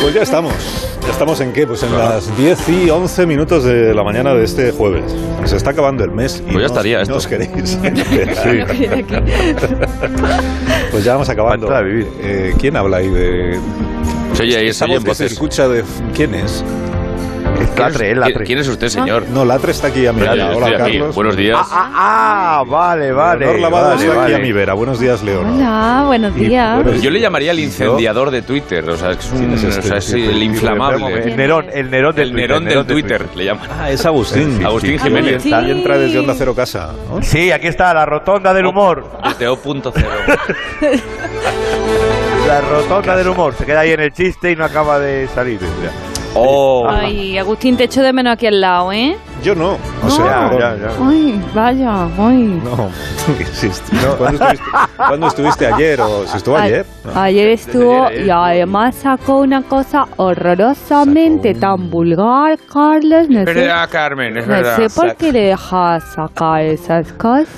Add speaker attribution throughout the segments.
Speaker 1: Pues ya estamos. ¿Ya estamos en qué? Pues en las 10 y 11 minutos de la mañana de este jueves. Se está acabando el mes y
Speaker 2: Pues ya
Speaker 1: no os-
Speaker 2: estaría
Speaker 1: no
Speaker 2: esto.
Speaker 1: os queréis. enterar. Pues ya vamos acabando.
Speaker 2: Para entrar a vivir.
Speaker 1: Eh, ¿Quién habla ahí de...?
Speaker 2: Se oye ahí, se
Speaker 1: Esa
Speaker 2: oye
Speaker 1: voz
Speaker 2: en
Speaker 1: que se
Speaker 2: voces. Eh,
Speaker 1: escucha de... ¿Quién es?
Speaker 3: Latre, el
Speaker 2: ¿Qui-
Speaker 3: latre.
Speaker 2: ¿Quién es usted, señor?
Speaker 1: No, Latre está aquí a mi
Speaker 2: Mira,
Speaker 1: vera.
Speaker 2: yo
Speaker 1: Hola,
Speaker 2: estoy aquí.
Speaker 1: Carlos.
Speaker 2: Buenos días.
Speaker 3: Ah, ah, ah, vale, vale.
Speaker 1: Leonor Lavado
Speaker 3: vale,
Speaker 1: está aquí
Speaker 3: vale.
Speaker 1: a mi vera. Buenos días, Leonor.
Speaker 4: Hola, buenos
Speaker 1: Y-
Speaker 4: días.
Speaker 1: bueno,
Speaker 2: Yo le llamaría el incendiador de Twitter. O sea, es, un-
Speaker 1: Sí, es este,
Speaker 2: o sea, es
Speaker 1: sí,
Speaker 2: el inflamable.
Speaker 3: El Nerón, el Nerón del
Speaker 2: El Nerón del Twitter, le llaman.
Speaker 1: Ah, es Agustín.
Speaker 2: Agustín
Speaker 4: sí.
Speaker 2: Jiménez.
Speaker 4: Sí.
Speaker 1: Ahí entra desde Onda Cero Casa. ¿no?
Speaker 3: Sí, aquí está, la rotonda del humor.
Speaker 2: Ah, Desde O.0.
Speaker 3: La rotonda del humor. Se queda ahí en el chiste y no acaba de salir. Mira.
Speaker 2: Oh.
Speaker 4: Ay, Agustín, te echo de menos aquí al lado, ¿eh?
Speaker 1: Yo no. O
Speaker 4: No.
Speaker 1: sea,
Speaker 3: Ya,
Speaker 1: no.
Speaker 3: ya, ya.
Speaker 4: Ay, vaya, ay.
Speaker 1: No, existe. ¿Cuándo, estuviste, cuándo estuviste ayer o si estuvo
Speaker 4: A-
Speaker 1: ayer? No.
Speaker 4: ayer estuvo
Speaker 3: ayer, ¿eh?
Speaker 4: y además sacó una cosa horrorosamente tan vulgar, Carlos. No sé,
Speaker 2: Carmen,
Speaker 4: no sé por qué dejas sacar esas cosas.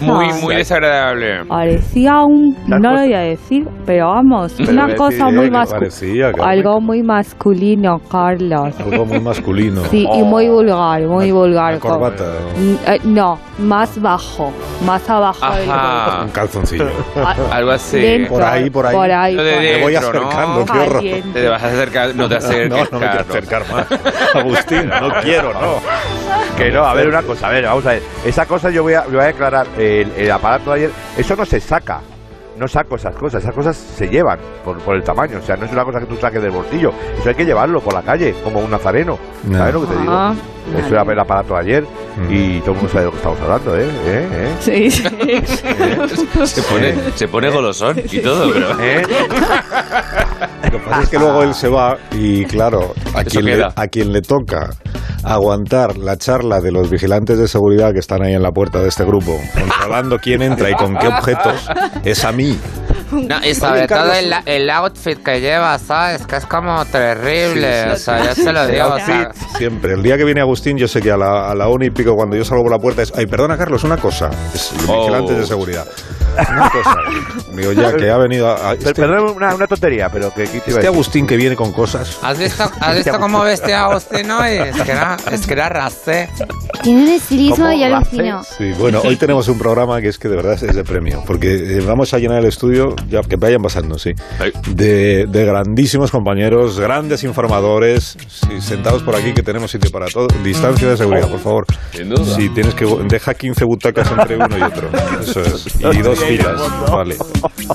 Speaker 2: desagradable.
Speaker 4: Parecía un,
Speaker 3: Las
Speaker 4: no lo
Speaker 3: cosas-
Speaker 4: voy a decir, pero vamos,
Speaker 3: Pero voy
Speaker 4: una
Speaker 3: a
Speaker 4: cosa
Speaker 3: decir,
Speaker 4: muy
Speaker 3: eh, que
Speaker 4: masculina.
Speaker 1: Parecía que-
Speaker 4: Algo muy masculino, Carlos.
Speaker 1: algo muy masculino.
Speaker 4: Sí, y muy vulgar, muy vulgar.
Speaker 1: Una corbata,
Speaker 4: Mm, eh, no, más bajo, más abajo del
Speaker 2: Ajá.
Speaker 1: un calzoncillo.
Speaker 4: cuello. Ah,
Speaker 2: Algo así.
Speaker 4: dentro,
Speaker 1: Por ahí, por ahí.
Speaker 4: Por ahí,
Speaker 2: Lo de
Speaker 4: por ahí.
Speaker 1: Me voy
Speaker 2: Dentro, ¿no?
Speaker 1: acercando, qué horror.
Speaker 4: Caliente.
Speaker 2: Te vas a acercar, no te acerques.
Speaker 1: No, no me quiero
Speaker 2: Carlos.
Speaker 1: acercar más. Agustín, no quiero, no.
Speaker 3: Que no, a ver una cosa, a ver, vamos a ver. Esa cosa yo voy a, yo voy a aclarar. El, el aparato de ayer, eso no se saca. No saco esas cosas, esas cosas se llevan por, por el tamaño. O sea, no es una cosa que tú saques del bolsillo. Eso hay que llevarlo por la calle, como un nazareno.
Speaker 1: No.
Speaker 3: ¿Sabes lo que te digo?
Speaker 4: Ah,
Speaker 3: Eso
Speaker 4: vale.
Speaker 3: era el aparato de ayer
Speaker 1: Mm.
Speaker 3: y todo el mundo sabe de lo que estamos hablando, ¿eh? ¿Eh? ¿Eh?
Speaker 4: Sí, sí.
Speaker 2: Se pone, se
Speaker 1: ¿Eh?
Speaker 2: pone golosón y todo,
Speaker 1: Este
Speaker 2: pero.
Speaker 3: ¿Eh?
Speaker 1: Lo que pasa es que luego él se va y, claro, a
Speaker 2: Eso
Speaker 1: quien, le,
Speaker 2: queda.
Speaker 1: a quien le toca aguantar la charla de los vigilantes de seguridad que están ahí en la puerta de este grupo, controlando quién entra y con qué objetos, es a mí.
Speaker 5: No, y sobre
Speaker 1: Oye, Carlos,
Speaker 5: todo el, el outfit que lleva, ¿sabes? Que es como terrible.
Speaker 1: Sí, sí,
Speaker 5: o sea, ya se lo
Speaker 3: El
Speaker 5: digo. o sea,
Speaker 3: outfit.
Speaker 1: Siempre. El día que viene Agustín, yo sé que a la, a la una y pico, cuando yo salgo por la puerta, es. Ay, perdona, Carlos, una cosa. Es
Speaker 2: Oh.
Speaker 1: vigilantes de seguridad. Una cosa. Digo, ya que ha venido a. a-
Speaker 3: Pero,
Speaker 1: este,
Speaker 3: Perdón, una, una tontería, pero que que te iba a
Speaker 1: este
Speaker 3: decir?
Speaker 1: Agustín que viene con cosas.
Speaker 5: ¿Has visto, has visto cómo vestía Agustín hoy? Es que era, es que era rasé.
Speaker 6: Tiene un estilismo
Speaker 3: ¿Cómo
Speaker 6: y
Speaker 3: lo
Speaker 6: alucino.
Speaker 1: Sí, bueno, hoy tenemos un programa que es que de verdad es de premio, porque eh, vamos a llenar el estudio, ya que vayan pasando, sí,
Speaker 2: Ay.
Speaker 1: de, de grandísimos compañeros, grandes informadores, sí, sentados por aquí que tenemos sitio para todo. Distancia de seguridad, por favor.
Speaker 2: Sin duda.
Speaker 1: Sí, tienes que deja 15 butacas entre uno y otro. Eso es. Y dos filas, vale.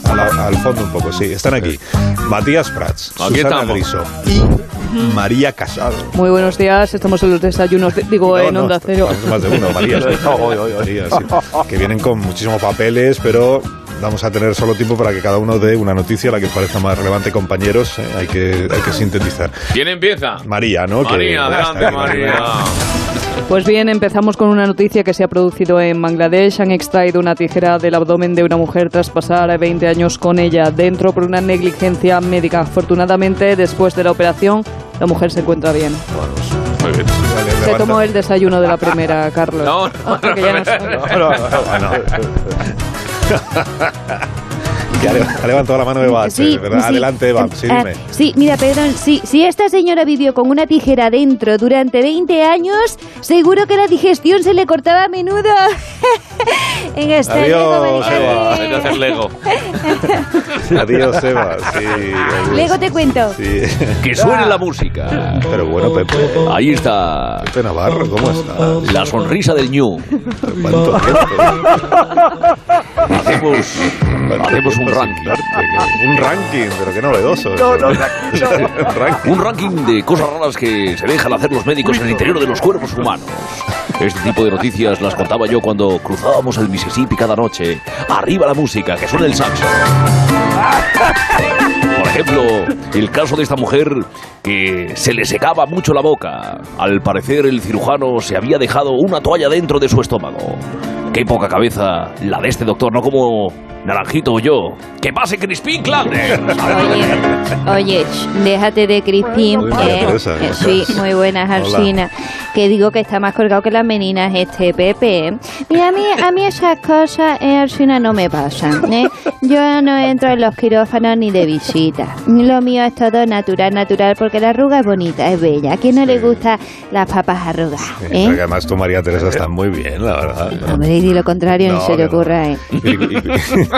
Speaker 1: A la- al fondo un poco, sí. Están aquí. Matías Prats,
Speaker 2: Aquí
Speaker 1: Susana
Speaker 2: estamos.
Speaker 1: Griso y María Casado.
Speaker 7: Muy buenos días, estamos en los desayunos, de- digo,
Speaker 1: No,
Speaker 7: en
Speaker 1: no,
Speaker 7: Onda Cero.
Speaker 1: estamos Más de uno, María. sí.
Speaker 3: Oy, oy, oy.
Speaker 1: María, sí. Que vienen con muchísimos papeles, pero vamos a tener solo tiempo para que cada uno dé una noticia, la que os parezca más relevante, compañeros. eh, Hay, que, hay que sintetizar.
Speaker 2: ¿Quién empieza?
Speaker 1: María, ¿no? Que-
Speaker 2: María, adelante, María.
Speaker 7: Pues bien, empezamos con una noticia que se ha producido en Bangladesh. Han extraído una tijera del abdomen de una mujer tras pasar 20 años con ella dentro por una negligencia médica. Afortunadamente, después de la operación, la mujer se encuentra bien.
Speaker 2: Muy bien.
Speaker 1: Vale,
Speaker 7: Se
Speaker 1: levanta-
Speaker 7: tomó el desayuno de la primera, Carlos.
Speaker 2: No, no,
Speaker 7: Ah, que ya no sabe.
Speaker 1: que ha le- ha levantado la mano de Eva.
Speaker 6: Sí, sí.
Speaker 1: Adelante, Eva. Sí,
Speaker 6: Ah,
Speaker 1: dime.
Speaker 6: sí, mira, perdón, sí, si esta señora vivió con una tijera dentro durante 20 años, seguro que la digestión se le cortaba a menudo. en este esta
Speaker 1: Adiós, Eva.
Speaker 2: Vete a hacer Lego.
Speaker 1: Adiós, Eva. Sí, adiós.
Speaker 6: Luego te cuento.
Speaker 1: Sí.
Speaker 8: Que suene la música.
Speaker 1: Pero bueno, Pepe.
Speaker 8: Ahí está.
Speaker 1: Pepe Navarro, ¿cómo estás?
Speaker 8: La sonrisa del ñu.
Speaker 1: ¿Cuánto tiempo?
Speaker 8: Hacemos, hacemos un ranking.
Speaker 1: Un ranking, pero qué novedoso. No, no, un ranking.
Speaker 8: Un ranking de cosas raras que se dejan hacer los médicos en el interior de los cuerpos humanos. Este tipo de noticias las contaba yo cuando cruzábamos el Mississippi cada noche. Arriba la música, que suena el saxo. Por ejemplo, el caso de esta mujer que se le secaba mucho la boca. Al parecer el cirujano se había dejado una toalla dentro de su estómago. Qué poca cabeza la de este doctor, no como Naranjito o yo. ¡Que pase Crispín Clander!
Speaker 6: Oye, oye, sh, déjate de Crispín.
Speaker 1: Hola, María
Speaker 6: eh,
Speaker 1: Teresa,
Speaker 6: eh,
Speaker 1: ¿cómo
Speaker 6: sí,
Speaker 1: estás?
Speaker 6: muy buenas,
Speaker 1: Hola.
Speaker 6: Alcina. que digo que está más colgado que las meninas este Pepe. Y a mí, a mí esas cosas eh, al final no me pasan. ¿eh? Yo no entro en los quirófanos ni de visita. Lo mío es todo natural, natural, porque la arruga es bonita, es bella. ¿A quién no le gustan las papas arrugadas?
Speaker 1: Sí,
Speaker 6: eh?
Speaker 1: Porque además tú, María Teresa, estás muy bien, la verdad.
Speaker 6: Hombre, y di lo contrario, ni
Speaker 1: No,
Speaker 6: se le
Speaker 1: que no.
Speaker 6: ocurra. ¿eh?
Speaker 1: Y- y-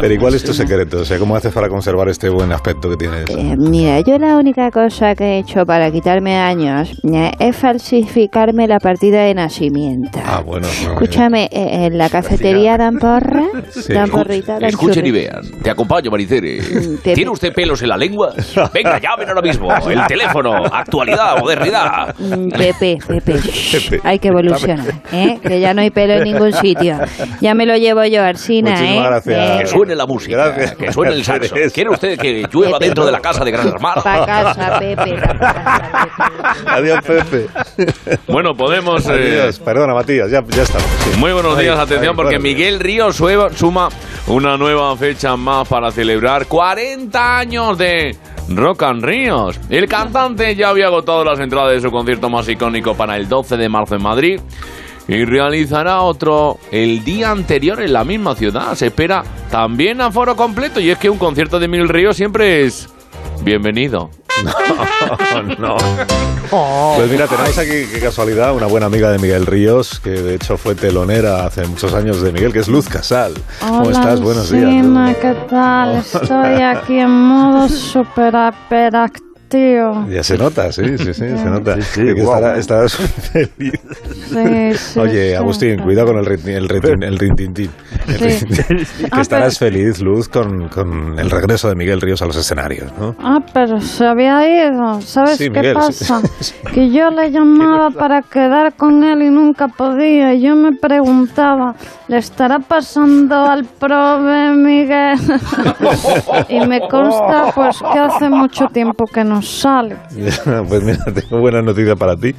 Speaker 1: Pero igual es tu secreto, o sea, ¿cómo haces para conservar este buen aspecto que tienes?
Speaker 6: Eh, mira, yo la única cosa que he hecho para quitarme años eh, es falsificarme la partida de nacimiento.
Speaker 1: Ah, bueno. no, eh,
Speaker 6: Escúchame, eh, en la cafetería dan porra,
Speaker 1: Sí.
Speaker 6: dan porrita, dan
Speaker 9: Escuchen y
Speaker 6: churri.
Speaker 9: vean. Te acompaño, Maricere.
Speaker 6: Mm, te-
Speaker 9: ¿Tiene usted pelos en la lengua? Venga, llamen ahora mismo. El teléfono, actualidad, modernidad.
Speaker 6: Mm, Pepe, Pepe, shh, hay que evolucionar, ¿eh? que ya no hay pelo en ningún sitio. Ya me lo llevo yo, Arsina.
Speaker 1: Muchísimas
Speaker 6: ¿eh?
Speaker 1: gracias.
Speaker 9: Que suene la música,
Speaker 1: Gracias.
Speaker 9: que suene el saxo.
Speaker 1: Eres-
Speaker 9: ¿Quiere usted que llueva dentro de la casa de Gran Hermano?
Speaker 6: Pa' casa, Pepe. pa' casa, Pepe.
Speaker 1: Adiós, Pepe.
Speaker 2: Bueno, podemos. eh,
Speaker 1: Adiós. Perdona, Matías, ya, ya estamos. sí.
Speaker 2: Muy buenos días,
Speaker 1: Ay,
Speaker 2: atención,
Speaker 1: ay,
Speaker 2: porque
Speaker 1: bueno.
Speaker 2: Miguel Ríos sueva- suma una nueva fecha más para celebrar 40 años de Rock and Ríos. El cantante ya había agotado las entradas de su concierto más icónico para el 12 de marzo en Madrid y realizará otro el día anterior en la misma ciudad. Se espera también a foro completo y es que un concierto de Miguel Ríos siempre es bienvenido.
Speaker 1: no.
Speaker 4: Oh.
Speaker 1: Pues mira, tenemos aquí, qué casualidad, una buena amiga de Miguel Ríos, que de hecho fue telonera hace muchos años de Miguel, que es Luz Casal. ¿Cómo
Speaker 10: Hola,
Speaker 1: estás? Buenos días.
Speaker 10: Lucina,
Speaker 1: Luz.
Speaker 10: ¿qué tal? Estoy aquí en modo super hiperactivo.
Speaker 1: Ya se nota, sí, sí, sí, se nota.
Speaker 3: Sí, sí,
Speaker 1: Que
Speaker 3: guau.
Speaker 1: estará- estarás feliz.
Speaker 10: Sí, sí, sí.
Speaker 1: Oye, Agustín, cuidado con el, rit- el, ritin- el rintintín. El
Speaker 10: Sí.
Speaker 1: rintintín. Que
Speaker 10: Ah,
Speaker 1: estarás feliz, Luz, con, con el regreso de Miguel Ríos a los escenarios, ¿no?
Speaker 10: Ah, pero se había ido. ¿Sabes
Speaker 1: Sí,
Speaker 10: qué
Speaker 1: Miguel, sí.
Speaker 10: pasa? Que yo le llamaba para quedar con él y nunca podía. Y yo me preguntaba, ¿le estará pasando al prove Miguel? y me consta pues que hace mucho tiempo que no sale.
Speaker 1: Pues mira, tengo buena noticia para ti.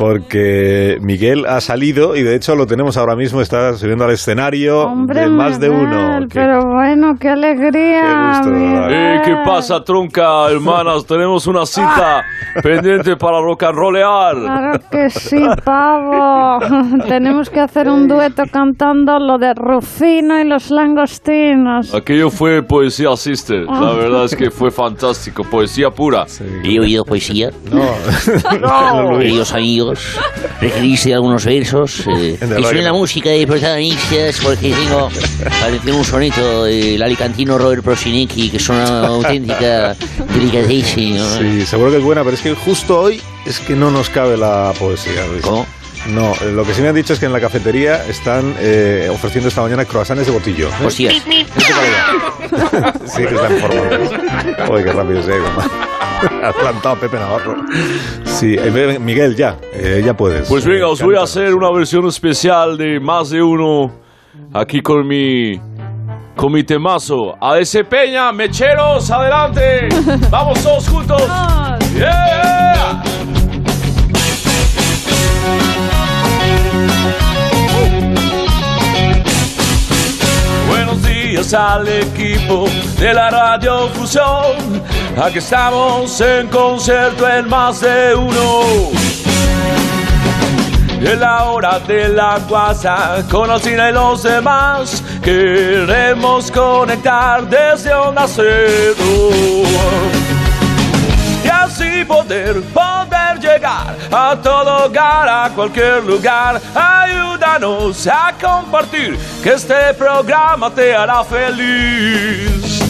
Speaker 1: Porque Miguel ha salido y de hecho lo tenemos ahora mismo, está subiendo al escenario de más de uno.
Speaker 10: Miguel,
Speaker 1: Que-
Speaker 10: Pero bueno, qué alegría.
Speaker 1: Qué gusto, de verdad.
Speaker 10: Miguel.
Speaker 2: Eh, ¿Qué pasa, tronca, hermanas? Tenemos una cita pendiente para rock and rollear.
Speaker 10: Claro que sí, pavo. Tenemos que hacer un dueto cantando lo de Rufino y los langostinos.
Speaker 2: Aquello fue poesía sister. La verdad es que fue fantástico, poesía pura.
Speaker 11: He oído poesía,
Speaker 1: No, Luis.
Speaker 11: queridos amigos. Requeriste algunos versos. Eh,
Speaker 1: Desde
Speaker 11: y
Speaker 1: luego.
Speaker 11: suena la música de protagonistas porque tengo pareció un soneto del alicantino Robert Prosinecki, que es una auténtica delicadísima.
Speaker 1: Sí, seguro que es buena, pero es que justo hoy es que no nos cabe la poesía. Luis.
Speaker 11: ¿Cómo?
Speaker 1: No, eh, lo que sí me han dicho es que en la cafetería están eh, ofreciendo esta mañana croissants de botillo. ¿eh?
Speaker 12: Pues
Speaker 11: Hostias.
Speaker 1: Sí, que están formando. Uy, qué rápido se ha ido. Ha plantado Pepe Navarro. Sí, eh, ve- Miguel, ya, eh, ya puedes.
Speaker 2: Pues venga, os voy a hacer una versión especial de más de uno aquí con mi con mi temazo. A ese Peña, mecheros, adelante. Vamos todos juntos. Yeah. Buenos días al equipo de la Radio Fusión. Aquí estamos en concierto en más de uno. En la hora de la guasa, con Alcina y los demás, queremos conectar desde Onda Cero y así poder, poder llegar a todo hogar, a cualquier lugar. Ayúdanos a compartir que este programa te hará feliz.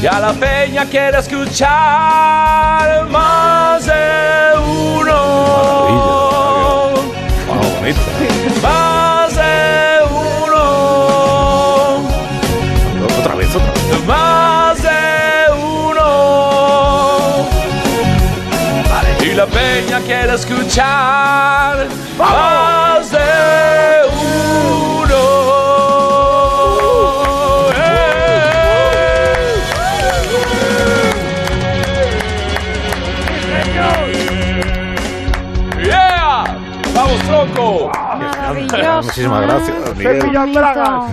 Speaker 2: Y a la peña quiere escuchar más de uno.
Speaker 1: Ah,
Speaker 2: Más de uno.
Speaker 1: Otra vez, otra vez.
Speaker 2: Más de uno. Y la peña quiere escuchar más de uno. ¡Eh! ¡Yeah! ¡Bravo, tronco!
Speaker 10: Maravilloso.
Speaker 1: Muchísimas gracias, Miguel.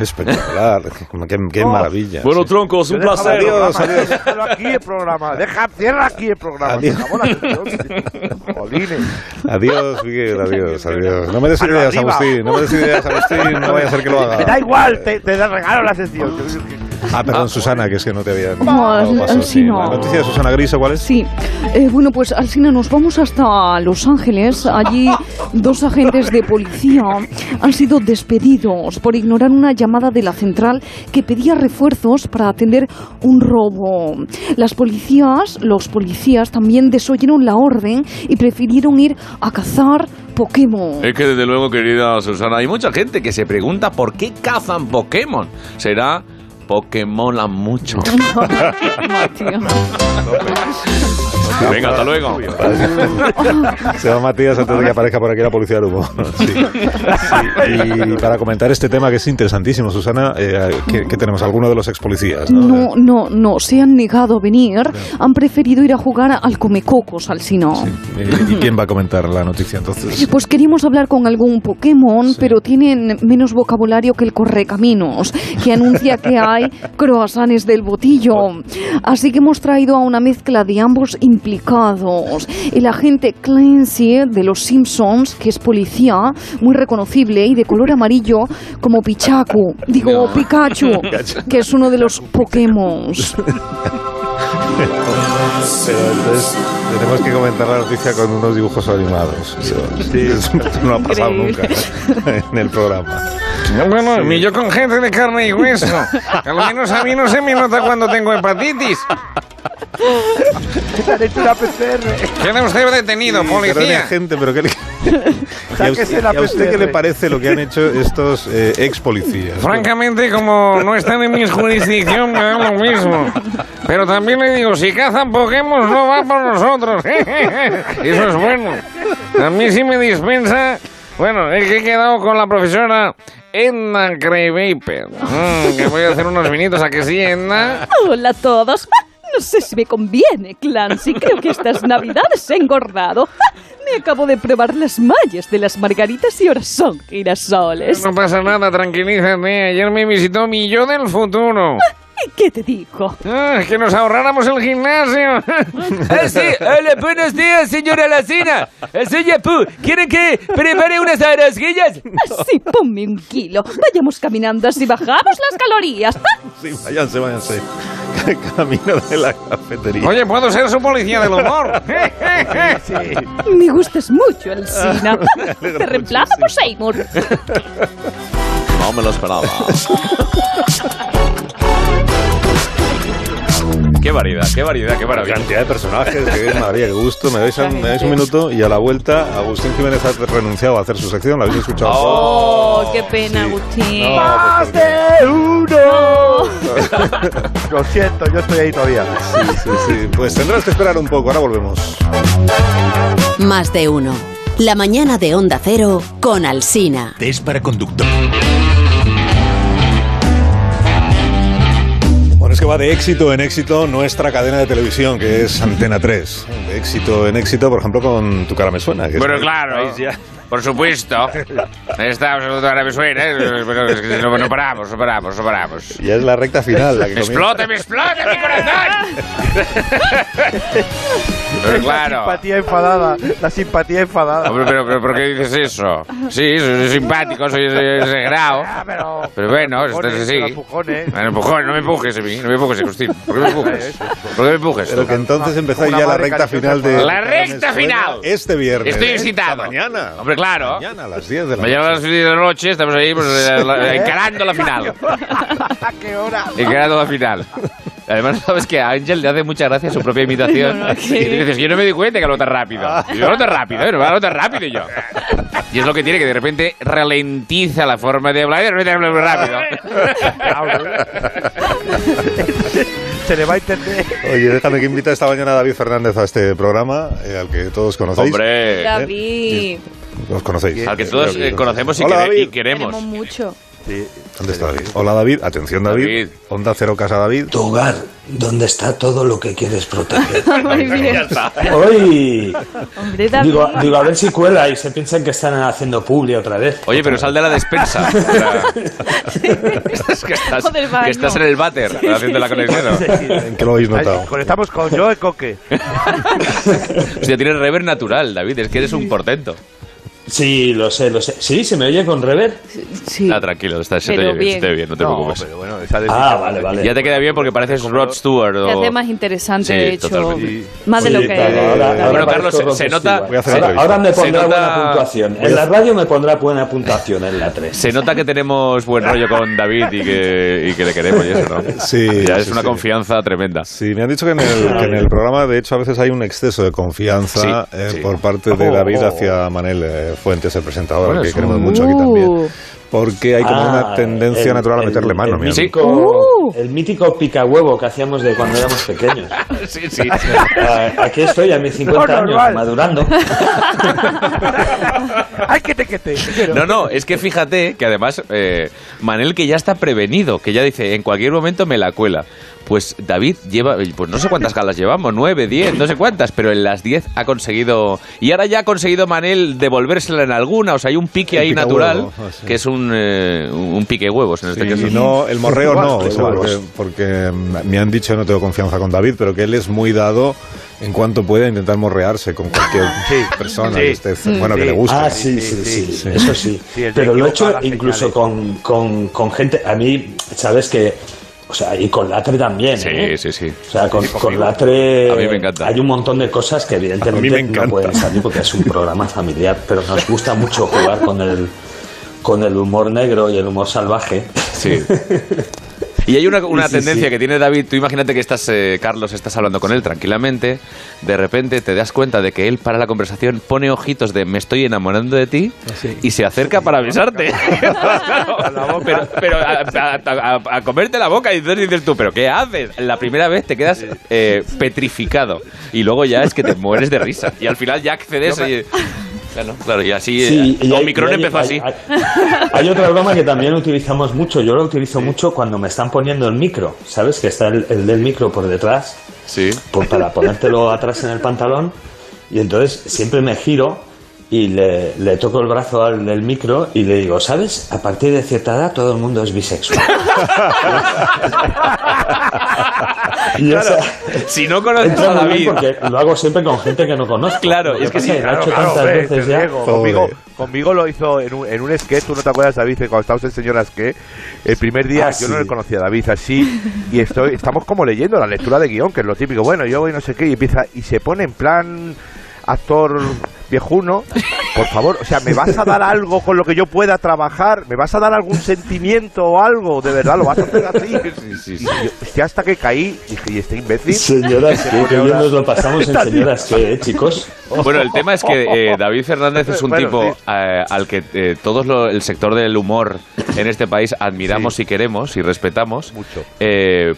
Speaker 1: Espectacular. Qué, qué maravilla.
Speaker 2: Bueno, troncos, un placer.
Speaker 1: Adiós, adiós.
Speaker 3: Déjalo aquí el programa. Deja, cierra aquí el programa.
Speaker 1: Adiós.
Speaker 3: Se acabó la cuestión. Jolines.
Speaker 1: Adiós, Miguel, adiós, adiós. No me des
Speaker 3: Para
Speaker 1: ideas,
Speaker 3: arriba.
Speaker 1: Agustín. No me des ideas, Agustín. No vaya a ser que lo
Speaker 3: Me da
Speaker 1: haga.
Speaker 3: igual, te, te regalo la sesión.
Speaker 1: Ah, perdón, Susana, que es que no te había
Speaker 13: No,
Speaker 1: dado
Speaker 13: sí,
Speaker 1: paso. Sí,
Speaker 13: no.
Speaker 1: La noticia de Susana Griso, ¿cuál es?
Speaker 13: Sí, Eh, bueno, pues al final nos vamos hasta Los Ángeles. Allí dos agentes de policía han sido despedidos por ignorar una llamada de la central que pedía refuerzos para atender un robo. Las policías, los policías también desoyeron la orden y prefirieron ir a cazar Pokémon.
Speaker 8: Es que desde luego, querida Susana, hay mucha gente que se pregunta por qué cazan Pokémon. ¿Será Pokémon mucho? Venga, hasta luego.
Speaker 1: Se va Matías antes de que aparezca por aquí la policía del humo. Sí. Sí, Y para comentar este tema que es interesantísimo, Susana, eh, ¿qué, qué tenemos? ¿Alguno de los ex policías?
Speaker 13: No, no, no, se han negado a venir, han preferido ir a jugar al Comecocos, al Sino.
Speaker 1: Eh, ¿Y quién va a comentar la noticia entonces?
Speaker 13: Pues queríamos hablar con algún Pokémon, pero tienen menos vocabulario que el Correcaminos, que anuncia que hay croissants del botillo. Así que hemos traído a una mezcla de ambos implicados. El agente Clancy de los Simpsons, que es policía, muy reconocible y de color amarillo, como Pichaku, digo Pikachu, que es uno de los Pokémon. Pues
Speaker 1: Pero entonces tenemos que comentar la noticia con unos dibujos animados. Eso no ha pasado nunca en el programa.
Speaker 5: Bueno, mi yo con gente de carne y hueso. Al menos a mí no se me nota cuando tengo hepatitis.
Speaker 3: Han hecho una PCR.
Speaker 5: Queda usted detenido,
Speaker 1: Pero ni a
Speaker 5: policía.
Speaker 1: gente, pero ¿qué le- ¿Y a
Speaker 3: Sáquese
Speaker 1: usted,
Speaker 3: la
Speaker 1: y a usted qué le
Speaker 3: PCR.
Speaker 1: parece lo que han hecho estos eh, ex policías?
Speaker 5: Francamente, como no están en mi jurisdicción, me da lo mismo. Pero también le digo, si cazan Pokémon, no va por nosotros. Eso es bueno. A mí sí me dispensa... Bueno, es que he quedado con la profesora Edna Greybaper. Mm, que voy a hacer unos vinitos, ¿a que sí, Edna?
Speaker 7: Hola a todos. No sé si me conviene, Clancy. Creo que estas navidades he engordado. Me acabo de probar las mallas de las margaritas y ahora son girasoles.
Speaker 5: No pasa nada, tranquilízate. Ayer me visitó mi yo del futuro.
Speaker 7: ¿Y qué te dijo?
Speaker 5: Ah, que nos ahorráramos el gimnasio. Ah, sí, hola, buenos días, señora Lacina. Soy Apu. ¿Quieren que prepare unas arasquillas?
Speaker 7: Así ponme un kilo. Vayamos caminando así bajamos las calorías.
Speaker 1: Sí, váyanse, váyanse. Camino de la cafetería.
Speaker 5: Oye, puedo ser su policía del humor.
Speaker 7: Me gustas mucho, Alcina. Te reemplazo por Seymour.
Speaker 9: No me lo esperaba.
Speaker 8: Qué variedad, qué variedad, qué
Speaker 1: La
Speaker 8: maravilla.
Speaker 1: cantidad de personajes, que María, qué gusto. Me dais, un, me dais un minuto y a la vuelta Agustín Jiménez ha renunciado a hacer su sección. ¿La habéis escuchado?
Speaker 7: Oh, qué pena, Agustín.
Speaker 5: pues
Speaker 3: Más de uno. Lo siento, yo estoy ahí todavía.
Speaker 1: Sí, sí, sí. Pues tendrás que esperar un poco. Ahora volvemos.
Speaker 14: Más de uno. La mañana de Onda Cero con Alsina.
Speaker 15: Test para conductor.
Speaker 1: Bueno, es que va de éxito en éxito nuestra cadena de televisión, que es Antena 3. De éxito en éxito, por ejemplo, con Tu cara me suena. que es-
Speaker 5: Bueno, claro. Por supuesto. Está absoluto ahora me suena. ¿eh? Pero es que No no paramos, no paramos, no paramos.
Speaker 1: Ya es la recta final. La que comienza.
Speaker 5: ¡Explota, me explota mi corazón! Pero
Speaker 3: La
Speaker 5: claro.
Speaker 3: simpatía enfadada. La simpatía enfadada.
Speaker 5: Hombre, pero, pero ¿por qué dices eso? Sí, soy, soy simpático, soy ese grado.
Speaker 3: Ah, pero.
Speaker 5: Pero bueno, esto
Speaker 3: Empujones,
Speaker 5: es así.
Speaker 3: pero empujones.
Speaker 5: Bueno, empujón, no me empujes, Emi, no me empujes, Agustín. ¿Por qué me empujes? ¿Por qué me empujes?
Speaker 1: Pero que entonces empezáis ya la
Speaker 3: madre
Speaker 1: recta
Speaker 3: cariñosa
Speaker 1: final de.
Speaker 5: La
Speaker 3: con-
Speaker 1: Tu cara me
Speaker 5: recta
Speaker 1: suena
Speaker 5: final.
Speaker 1: Este viernes.
Speaker 5: Estoy
Speaker 1: Esta
Speaker 5: excitado.
Speaker 1: Mañana.
Speaker 5: Hombre, claro.
Speaker 1: Mañana a las 10 de la
Speaker 5: Mañana a las 10 de la noche estamos ahí pues, eh, la- encarando la
Speaker 6: ¿eh?
Speaker 5: final.
Speaker 3: ¿A qué hora?
Speaker 5: Encarando la final. Además, sabes que a Ángel le hace mucha gracia su propia imitación.
Speaker 7: No, no,
Speaker 5: y tú dices, yo no me di cuenta que lo tan rápido.
Speaker 1: Ah.
Speaker 5: Y yo lo tan rápido, ¿eh? no lo tan rápido yo. Y es lo que tiene, que de repente ralentiza la forma de hablar y de repente habla muy rápido.
Speaker 3: Se le va a entender.
Speaker 8: Eh,
Speaker 1: Oye, déjame que invita esta mañana a David Fernández a este programa, eh, al que todos conocéis.
Speaker 8: Hombre,
Speaker 7: David,
Speaker 1: Los conocéis.
Speaker 8: al que todos eh, conocemos y,
Speaker 1: Hola,
Speaker 8: quere- y
Speaker 1: David.
Speaker 8: queremos.
Speaker 7: queremos mucho.
Speaker 1: ¿Dónde está David? Hola David, atención David. Onda Cero Casa David.
Speaker 15: Tu hogar, donde está todo lo que quieres proteger.
Speaker 7: Muy bien.
Speaker 15: ¡Uy!
Speaker 7: Hombre, David.
Speaker 15: Digo, digo, a ver si cuela y se piensan que están haciendo publi otra vez.
Speaker 8: Oye, pero sal de la despensa. O sea, es que estás,
Speaker 15: Joder, va,
Speaker 8: que estás
Speaker 15: no.
Speaker 8: en el váter haciendo la conexión. ¿no?
Speaker 1: ¿En qué lo habéis notado?
Speaker 3: Conectamos con Joe Coque.
Speaker 8: Hostia, tienes rever natural, David. Es que eres un portento.
Speaker 15: Sí, lo sé, lo sé. Sí, se me oye con rever.
Speaker 8: Ah, tranquilo, está, se, te,
Speaker 15: Pero
Speaker 8: oye
Speaker 15: bien.
Speaker 8: bien, se te oye bien, no te
Speaker 15: No,
Speaker 8: preocupes.
Speaker 3: pero bueno, esa
Speaker 15: Ah, vale, vale.
Speaker 8: Ya te queda bien porque pareces Rod Stewart.
Speaker 7: Te
Speaker 8: O...
Speaker 7: hace más interesante,
Speaker 8: Sí,
Speaker 7: de hecho.
Speaker 8: totalmente.
Speaker 7: Más de lo
Speaker 15: Sí,
Speaker 7: que...
Speaker 15: claro, ahora- ahora
Speaker 8: bueno,
Speaker 15: parezco
Speaker 8: Carlos, se,
Speaker 15: Rod
Speaker 8: se
Speaker 15: Stewart.
Speaker 8: nota.
Speaker 15: Voy a hacer
Speaker 8: se-
Speaker 15: ahora, ahora me
Speaker 8: se
Speaker 15: pondrá
Speaker 8: nota-
Speaker 15: buena puntuación. En la radio me pondrá buena puntuación en la 3.
Speaker 8: Se nota que tenemos buen rollo con David y que, y que le queremos y eso, ¿no?
Speaker 1: Sí,
Speaker 8: Ya es
Speaker 1: sí,
Speaker 8: una
Speaker 1: sí.
Speaker 8: confianza tremenda.
Speaker 1: Sí, me han dicho que en, el, que en el programa, de hecho, a veces hay un exceso de confianza
Speaker 8: Sí,
Speaker 1: eh,
Speaker 8: sí.
Speaker 1: por parte de
Speaker 8: Oh.
Speaker 1: David hacia Manel eh, Fuentes, el presentador,
Speaker 8: Bueno,
Speaker 1: al que
Speaker 8: es
Speaker 1: queremos
Speaker 8: un- Ah,
Speaker 1: mucho aquí también.
Speaker 15: Uh.
Speaker 1: Porque hay como una tendencia
Speaker 15: Ah, el-
Speaker 1: natural a
Speaker 15: el-
Speaker 1: meterle mano,
Speaker 15: el
Speaker 1: mi amigo.
Speaker 15: mítico, el mítico picahuevo que hacíamos de cuando éramos pequeños.
Speaker 8: sí, sí.
Speaker 15: Ah, Aquí estoy a mis 50
Speaker 8: No,
Speaker 15: años,
Speaker 8: normal.
Speaker 15: madurando.
Speaker 3: ¡Ay, que te, que te!
Speaker 8: No, no, es que fíjate que además eh, Manel que ya está prevenido, que ya dice, en cualquier momento me la cuela. Pues David lleva, pues no sé cuántas galas llevamos, nueve, diez, no sé cuántas, pero en las diez ha conseguido... Y ahora ya ha conseguido Manel devolvérsela en alguna, o sea, hay un pique
Speaker 1: El
Speaker 8: ahí
Speaker 1: pica
Speaker 8: natural,
Speaker 1: huevo, ah, sí.
Speaker 8: que es un, eh, un pique huevos en este caso.
Speaker 1: Y no, el morreo no, seguro, porque, porque me han dicho, no tengo confianza con David, pero que él es muy dado en cuanto pueda intentar morrearse con cualquier persona que esté- bueno, que le guste.
Speaker 15: Ah, sí, sí, sí, eso sí.
Speaker 1: Sí, el de
Speaker 15: Pero lo he hecho
Speaker 1: equivocar las
Speaker 15: incluso con, con, con gente. A mí, sabes que. O sea, y con Latre también.
Speaker 8: Sí,
Speaker 15: ¿eh?
Speaker 8: sí, sí.
Speaker 15: O sea, con,
Speaker 8: Sí,
Speaker 15: con
Speaker 8: conmigo.
Speaker 15: Latre.
Speaker 8: A mí me encanta.
Speaker 15: Hay un montón de cosas que,
Speaker 1: A mí me
Speaker 15: evidentemente, no
Speaker 1: encanta.
Speaker 15: pueden salir porque es un programa familiar, pero nos gusta mucho jugar con el, con el humor negro y el humor salvaje.
Speaker 8: Sí. Y hay una, una
Speaker 15: Sí, sí,
Speaker 8: tendencia
Speaker 15: sí.
Speaker 8: que tiene David. Tú imagínate que estás, eh, Carlos, estás hablando con él tranquilamente. De repente te das cuenta de que él para la conversación pone ojitos de me estoy enamorando de ti
Speaker 15: Ah,
Speaker 8: y se acerca para besarte. pero pero a, a- a- a comerte la boca y entonces dices tú, ¿pero qué haces? La primera vez te quedas eh, petrificado y luego ya es que te mueres de risa. Y al final ya accedes y. Claro, claro, y así.
Speaker 15: Sí,
Speaker 8: eh,
Speaker 15: y hay-
Speaker 8: Omicron
Speaker 15: y hay-
Speaker 8: empezó
Speaker 15: hay-
Speaker 8: así.
Speaker 15: hay- Hay otra broma que también utilizamos mucho. Yo la utilizo mucho cuando me están poniendo el micro. ¿Sabes? Que está el, el del micro por detrás. pues
Speaker 8: Sí.
Speaker 15: para ponértelo atrás en el pantalón. Y entonces siempre me giro y le, le toco el brazo al del micro y le digo, ¿sabes? A partir de cierta edad todo el mundo es bisexual. Y
Speaker 8: Claro,
Speaker 15: esa-
Speaker 8: si no conoces
Speaker 15: entra
Speaker 8: a
Speaker 15: muy
Speaker 8: David.
Speaker 15: bien Porque lo hago siempre con gente que no conozco.
Speaker 8: Claro,
Speaker 15: Lo que
Speaker 8: es que
Speaker 15: pasa
Speaker 8: sí,
Speaker 15: lo he
Speaker 8: claro,
Speaker 15: hecho
Speaker 8: claro,
Speaker 15: tantas
Speaker 8: hombre,
Speaker 15: veces
Speaker 8: te
Speaker 15: ya.
Speaker 8: niego.
Speaker 3: Conmigo, conmigo lo hizo en un, en un sketch, tú no te acuerdas, David, que cuando estábamos en Señoras que el primer día
Speaker 15: Ah,
Speaker 3: yo no
Speaker 15: sí.
Speaker 3: le conocía a David así, y estoy, estamos como leyendo la lectura de guión, que es lo típico, bueno, yo voy no sé qué, y empieza, y se pone en plan actor viejuno, por favor, o sea, ¿me vas a dar algo con lo que yo pueda trabajar? ¿Me vas a dar algún sentimiento o algo? ¿De verdad lo vas a hacer así? Y yo, hostia, hasta que caí, dije, ¿y este imbécil?
Speaker 15: Señoras, que, que bien nos lo pasamos en
Speaker 3: Está así.
Speaker 15: señoras, que, ¿eh, chicos.
Speaker 8: Bueno, el tema es que eh, David Fernández es un
Speaker 15: Bueno,
Speaker 8: tipo
Speaker 15: sí.
Speaker 8: eh, al que eh, todos lo- el sector del humor en este país admiramos y queremos y respetamos. Mucho.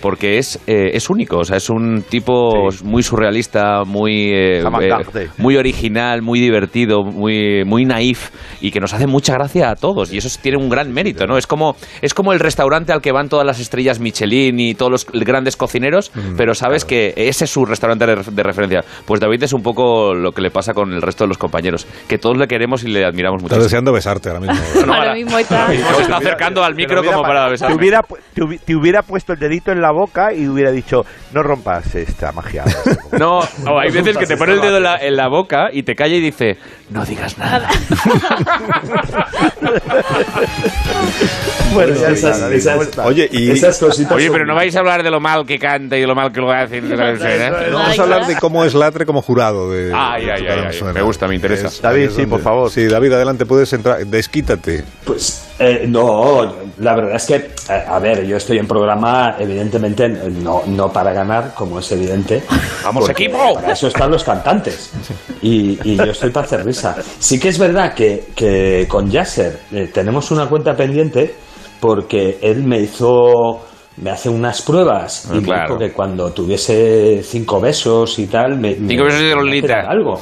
Speaker 8: porque es, eh, es único, o sea, es un tipo muy surrealista, muy, eh,
Speaker 3: Samantha.
Speaker 8: eh, muy original, muy divertido, muy, muy naif y que nos hace mucha gracia a todos. Y eso es- tiene un gran mérito, ¿no? Es como, es como el restaurante al que van todas las estrellas Michelin y todos los grandes cocineros, pero sabes que ese es su restaurante de, ref- de referencia. Pues David es un poco lo que le pasa con el resto de los compañeros, que todos le queremos y le admiramos mucho.
Speaker 1: Estás deseando besarte ahora mismo.
Speaker 7: Ahora mismo está...
Speaker 8: Se está acercando al micro como para
Speaker 3: Te
Speaker 8: besar.
Speaker 3: hubiera, pu- te, hubi- te hubiera puesto el dedito en la boca y hubiera dicho, no rompas esta magia.
Speaker 8: No, o hay veces que te pone el dedo en la, en la boca y te calla y dice, no digas nada.
Speaker 15: Bueno, esas- esas-
Speaker 1: Oye, y-
Speaker 15: esas cositas
Speaker 8: Oye,
Speaker 15: son-
Speaker 8: pero no vais a hablar de lo mal que canta y de lo mal que lo hace. ¿eh?
Speaker 1: Vamos a hablar de cómo es Latre como jurado. De,
Speaker 8: Ay, ay, ay, ay, me gusta, me interesa.
Speaker 1: David, sí, por favor. Sí, David, adelante, puedes entrar. Desquítate.
Speaker 15: Pues eh, no, la verdad es que, eh, a ver, yo estoy en programa, evidentemente, no, no para ganar, como es evidente.
Speaker 8: ¡Vamos,
Speaker 15: porque
Speaker 8: equipo!
Speaker 15: Para eso están los cantantes. Y, y yo estoy para hacer risa. Sí que es verdad que, que con Yasser eh, tenemos una cuenta pendiente porque él me hizo, me hace unas
Speaker 8: Ah,
Speaker 15: pruebas y me dijo que cuando tuviese cinco besos y tal, me, me-
Speaker 8: Cinco besos de
Speaker 15: me hace
Speaker 8: Lolita.
Speaker 15: algo.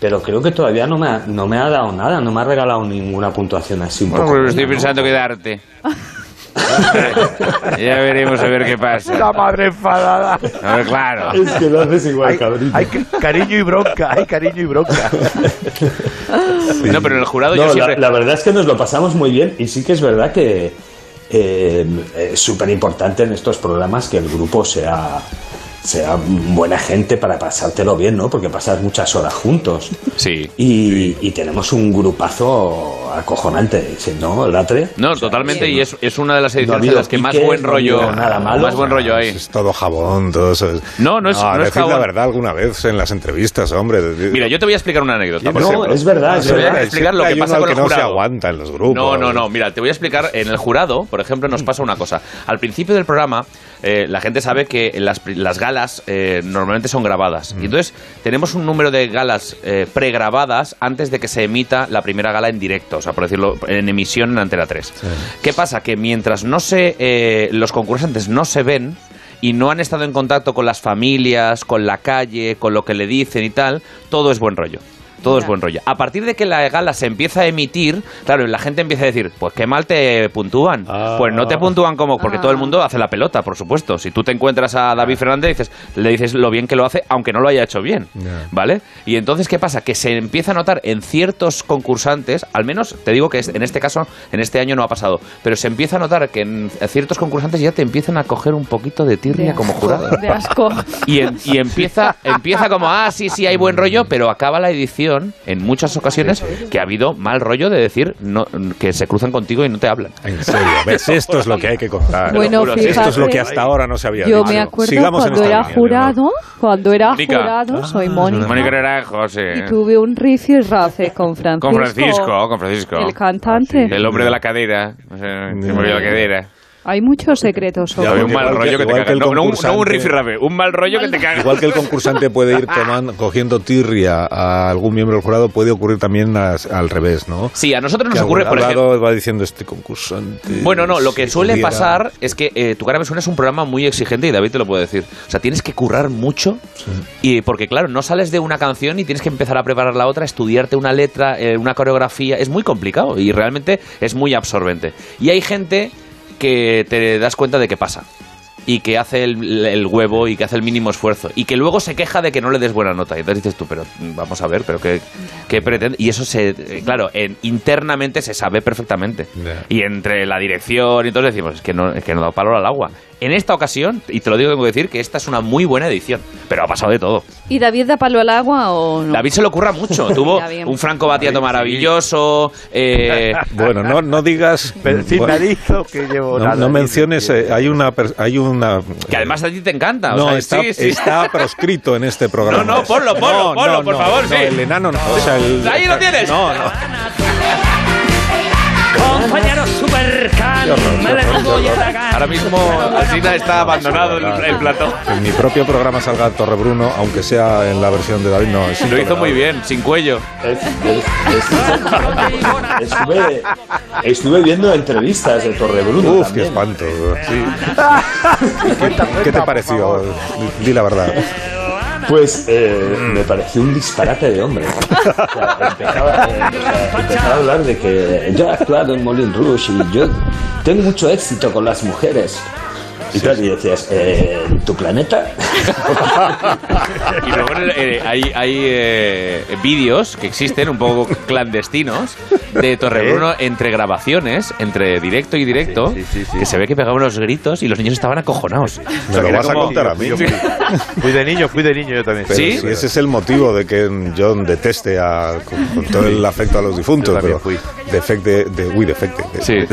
Speaker 15: pero creo que todavía no me ha, no me ha dado nada, no me ha regalado ninguna puntuación así un
Speaker 5: Bueno,
Speaker 15: poco.
Speaker 5: pues estoy pensando quedarte. ya veremos a ver qué pasa.
Speaker 3: La madre enfadada.
Speaker 5: A ver, claro.
Speaker 15: Es que lo haces igual,
Speaker 3: cabrón. Hay que- cariño y bronca, hay cariño y bronca.
Speaker 8: No, pero en el jurado
Speaker 15: No,
Speaker 8: yo
Speaker 15: la,
Speaker 8: siempre...
Speaker 15: la verdad es que nos lo pasamos muy bien y sí que es verdad que eh, es súper importante en estos programas que el grupo sea sea buena gente para pasártelo bien, ¿no? Porque pasas muchas horas juntos.
Speaker 8: Sí.
Speaker 15: Y, y tenemos un grupazo acojonante, ¿sí? ¿no, Latre?
Speaker 8: No,
Speaker 1: eh,
Speaker 8: totalmente, y es, es una de las
Speaker 15: ha
Speaker 8: ediciones en
Speaker 15: habido
Speaker 8: las que más
Speaker 15: piques,
Speaker 8: buen
Speaker 15: no ha
Speaker 8: rollo...
Speaker 15: habido nada malo.
Speaker 8: Más buen rollo hay.
Speaker 1: Es todo jabón, todo eso.
Speaker 8: No, no es- no es
Speaker 1: decid la
Speaker 8: jabón.
Speaker 1: verdad alguna vez en las entrevistas, hombre. De-
Speaker 8: Mira, yo te voy a explicar una anécdota. por Ah,
Speaker 1: No,
Speaker 8: ejemplo.
Speaker 1: es verdad, es
Speaker 8: Te voy a
Speaker 1: verdad.
Speaker 8: explicar lo
Speaker 1: Siempre
Speaker 8: que
Speaker 1: hay
Speaker 8: pasa
Speaker 1: uno
Speaker 8: con
Speaker 1: al
Speaker 8: el
Speaker 1: que no se
Speaker 8: jurado.
Speaker 1: aguanta en los grupos.
Speaker 8: No, no, no. Mira, te voy a explicar. En el jurado, por ejemplo, nos pasa una cosa. Al principio del programa, eh, la gente sabe que las, pri- las galas eh, normalmente son grabadas. Y entonces tenemos un número de galas eh, pregrabadas antes de que se emita la primera gala en directo, o sea, por decirlo, en emisión en Antena 3. ¿Qué pasa? Que mientras no se, eh, los concursantes no se ven y no han estado en contacto con las familias, con la calle, con lo que le dicen y tal, todo es buen rollo. Todo es buen rollo. A partir de que la gala se empieza a emitir, claro, la gente empieza a decir, pues qué mal te puntúan. Pues no te puntúan como, porque todo el mundo hace la pelota, por supuesto. Si tú te encuentras a David Fernández, dices, le dices lo bien que lo hace, aunque no lo haya hecho bien. ¿Vale? Y entonces, ¿qué pasa? Que se empieza a notar en ciertos concursantes, al menos te digo que es- en este caso, en este año no ha pasado, pero se empieza a notar que en ciertos concursantes ya te empiezan a coger un poquito de tirria como jurado.
Speaker 7: De asco.
Speaker 8: Y, en- y empieza, empieza como, ah, sí, sí, hay buen rollo, pero acaba la edición en muchas ocasiones que ha habido mal rollo de decir no, que se cruzan contigo y no te hablan.
Speaker 1: En serio, ¿ves, esto es lo que hay que contar.
Speaker 7: Bueno,
Speaker 1: esto es lo que
Speaker 7: fíjate,
Speaker 1: hasta ahora no se había
Speaker 7: Yo
Speaker 1: dicho.
Speaker 7: me acuerdo
Speaker 1: Sigamos en
Speaker 7: cuando
Speaker 1: esta
Speaker 7: era
Speaker 1: línea,
Speaker 7: jurado, cuando era
Speaker 5: Mónica.
Speaker 7: jurado, soy Mónica,
Speaker 5: Mónica era José.
Speaker 7: y tuve un rifi rafe con Francisco.
Speaker 5: Con Francisco, con Francisco.
Speaker 7: El cantante.
Speaker 5: El hombre de la cadera. No sé, se movió
Speaker 1: Mm.
Speaker 5: la cadera.
Speaker 7: Hay muchos secretos sobre
Speaker 5: Había un mal
Speaker 1: igual que-
Speaker 5: rollo que, te
Speaker 1: igual que
Speaker 5: cagas.
Speaker 1: el
Speaker 5: No, no, un, no un
Speaker 1: concursante.
Speaker 5: rifirrafe, un mal rollo que te cagas.
Speaker 1: Igual que el concursante puede ir tomando, cogiendo tirria a algún miembro del jurado, puede ocurrir también as- al revés, ¿no?
Speaker 8: Sí, a nosotros
Speaker 1: Que
Speaker 8: nos ocurre,
Speaker 1: algún
Speaker 8: por ejemplo.
Speaker 1: lado va diciendo este concursante.
Speaker 8: Bueno, no, lo que
Speaker 1: si
Speaker 8: suele
Speaker 1: pudiera-
Speaker 8: pasar es que eh, Tu cara me suena es un programa muy exigente y David te lo puede decir. O sea, tienes que currar mucho y porque claro, no sales de una canción y tienes que empezar a preparar la otra, estudiarte una letra, eh, una coreografía, es muy complicado y realmente es muy absorbente. Y hay gente que te das cuenta de que pasa y que hace el, el huevo y que hace el mínimo esfuerzo y que luego se queja de que no le des buena nota. Y entonces dices tú, pero mm, vamos a ver, pero qué, qué pretende. Y eso se, eh, claro, en- internamente se sabe perfectamente. Y entre la dirección y todos decimos, es que no, es que no da palo al agua. En esta ocasión, y te lo digo, tengo que decir que esta es una muy buena edición, pero ha pasado de todo.
Speaker 13: ¿Y David da palo al agua o no?
Speaker 8: David se lo ocurra mucho. Tuvo
Speaker 13: Ya bien.
Speaker 8: un Franco Batiato maravilloso. eh,
Speaker 1: Bueno, no, no digas.
Speaker 3: Sin
Speaker 1: bueno,
Speaker 3: nariz que llevo
Speaker 1: no,
Speaker 3: nada.
Speaker 1: no menciones. eh, hay una. per- Hay una
Speaker 8: que además a ti te encanta. Ah, o
Speaker 1: no,
Speaker 8: sea,
Speaker 1: está,
Speaker 8: sí, sí.
Speaker 1: está proscrito en este programa.
Speaker 8: No, no, ponlo, ponlo,
Speaker 1: No,
Speaker 8: ponlo,
Speaker 1: no,
Speaker 8: por
Speaker 1: no,
Speaker 8: favor,
Speaker 1: no,
Speaker 8: sí.
Speaker 1: El enano no. o sea, el-
Speaker 8: Ahí lo tienes.
Speaker 1: No, no.
Speaker 16: Compañero Supercal, me le digo yo la gana.
Speaker 8: Ahora mismo Alcina está abandonado el, el plató.
Speaker 1: En mi propio programa salga Torrebruno, aunque sea en la versión de David, no. Es
Speaker 8: Lo hizo
Speaker 1: intolerable.
Speaker 8: muy bien, sin cuello.
Speaker 15: Estuve, estuve viendo entrevistas de Torrebruno.
Speaker 1: Uf, qué espanto. sí. ¿Qué te pareció? Di la verdad. Mm.
Speaker 15: Pues eh, me pareció un disparate de hombre. O sea, empezaba, eh, o sea, empezaba a hablar de que yo he actuado en Molin Rouge y yo tengo mucho éxito con las mujeres. Y tal, y decías, eh, ¿tu planeta?
Speaker 8: Y luego en el- eh, hay, hay eh, vídeos que existen, un poco clandestinos, de
Speaker 1: ¿Eh?
Speaker 8: Torrebruno entre grabaciones, entre directo y directo, que se ve que pegaba unos gritos y los niños estaban acojonados. O
Speaker 1: Me
Speaker 8: sea, que
Speaker 1: lo
Speaker 8: era
Speaker 1: vas a
Speaker 8: como-
Speaker 1: contar a mí.
Speaker 8: Sí.
Speaker 3: Fui de niño, fui de niño yo también.
Speaker 1: Pero si ese es el motivo de que yo deteste a- con, con todo el afecto a los difuntos, pero defecte, de, uy, defecte. de-
Speaker 8: Sí,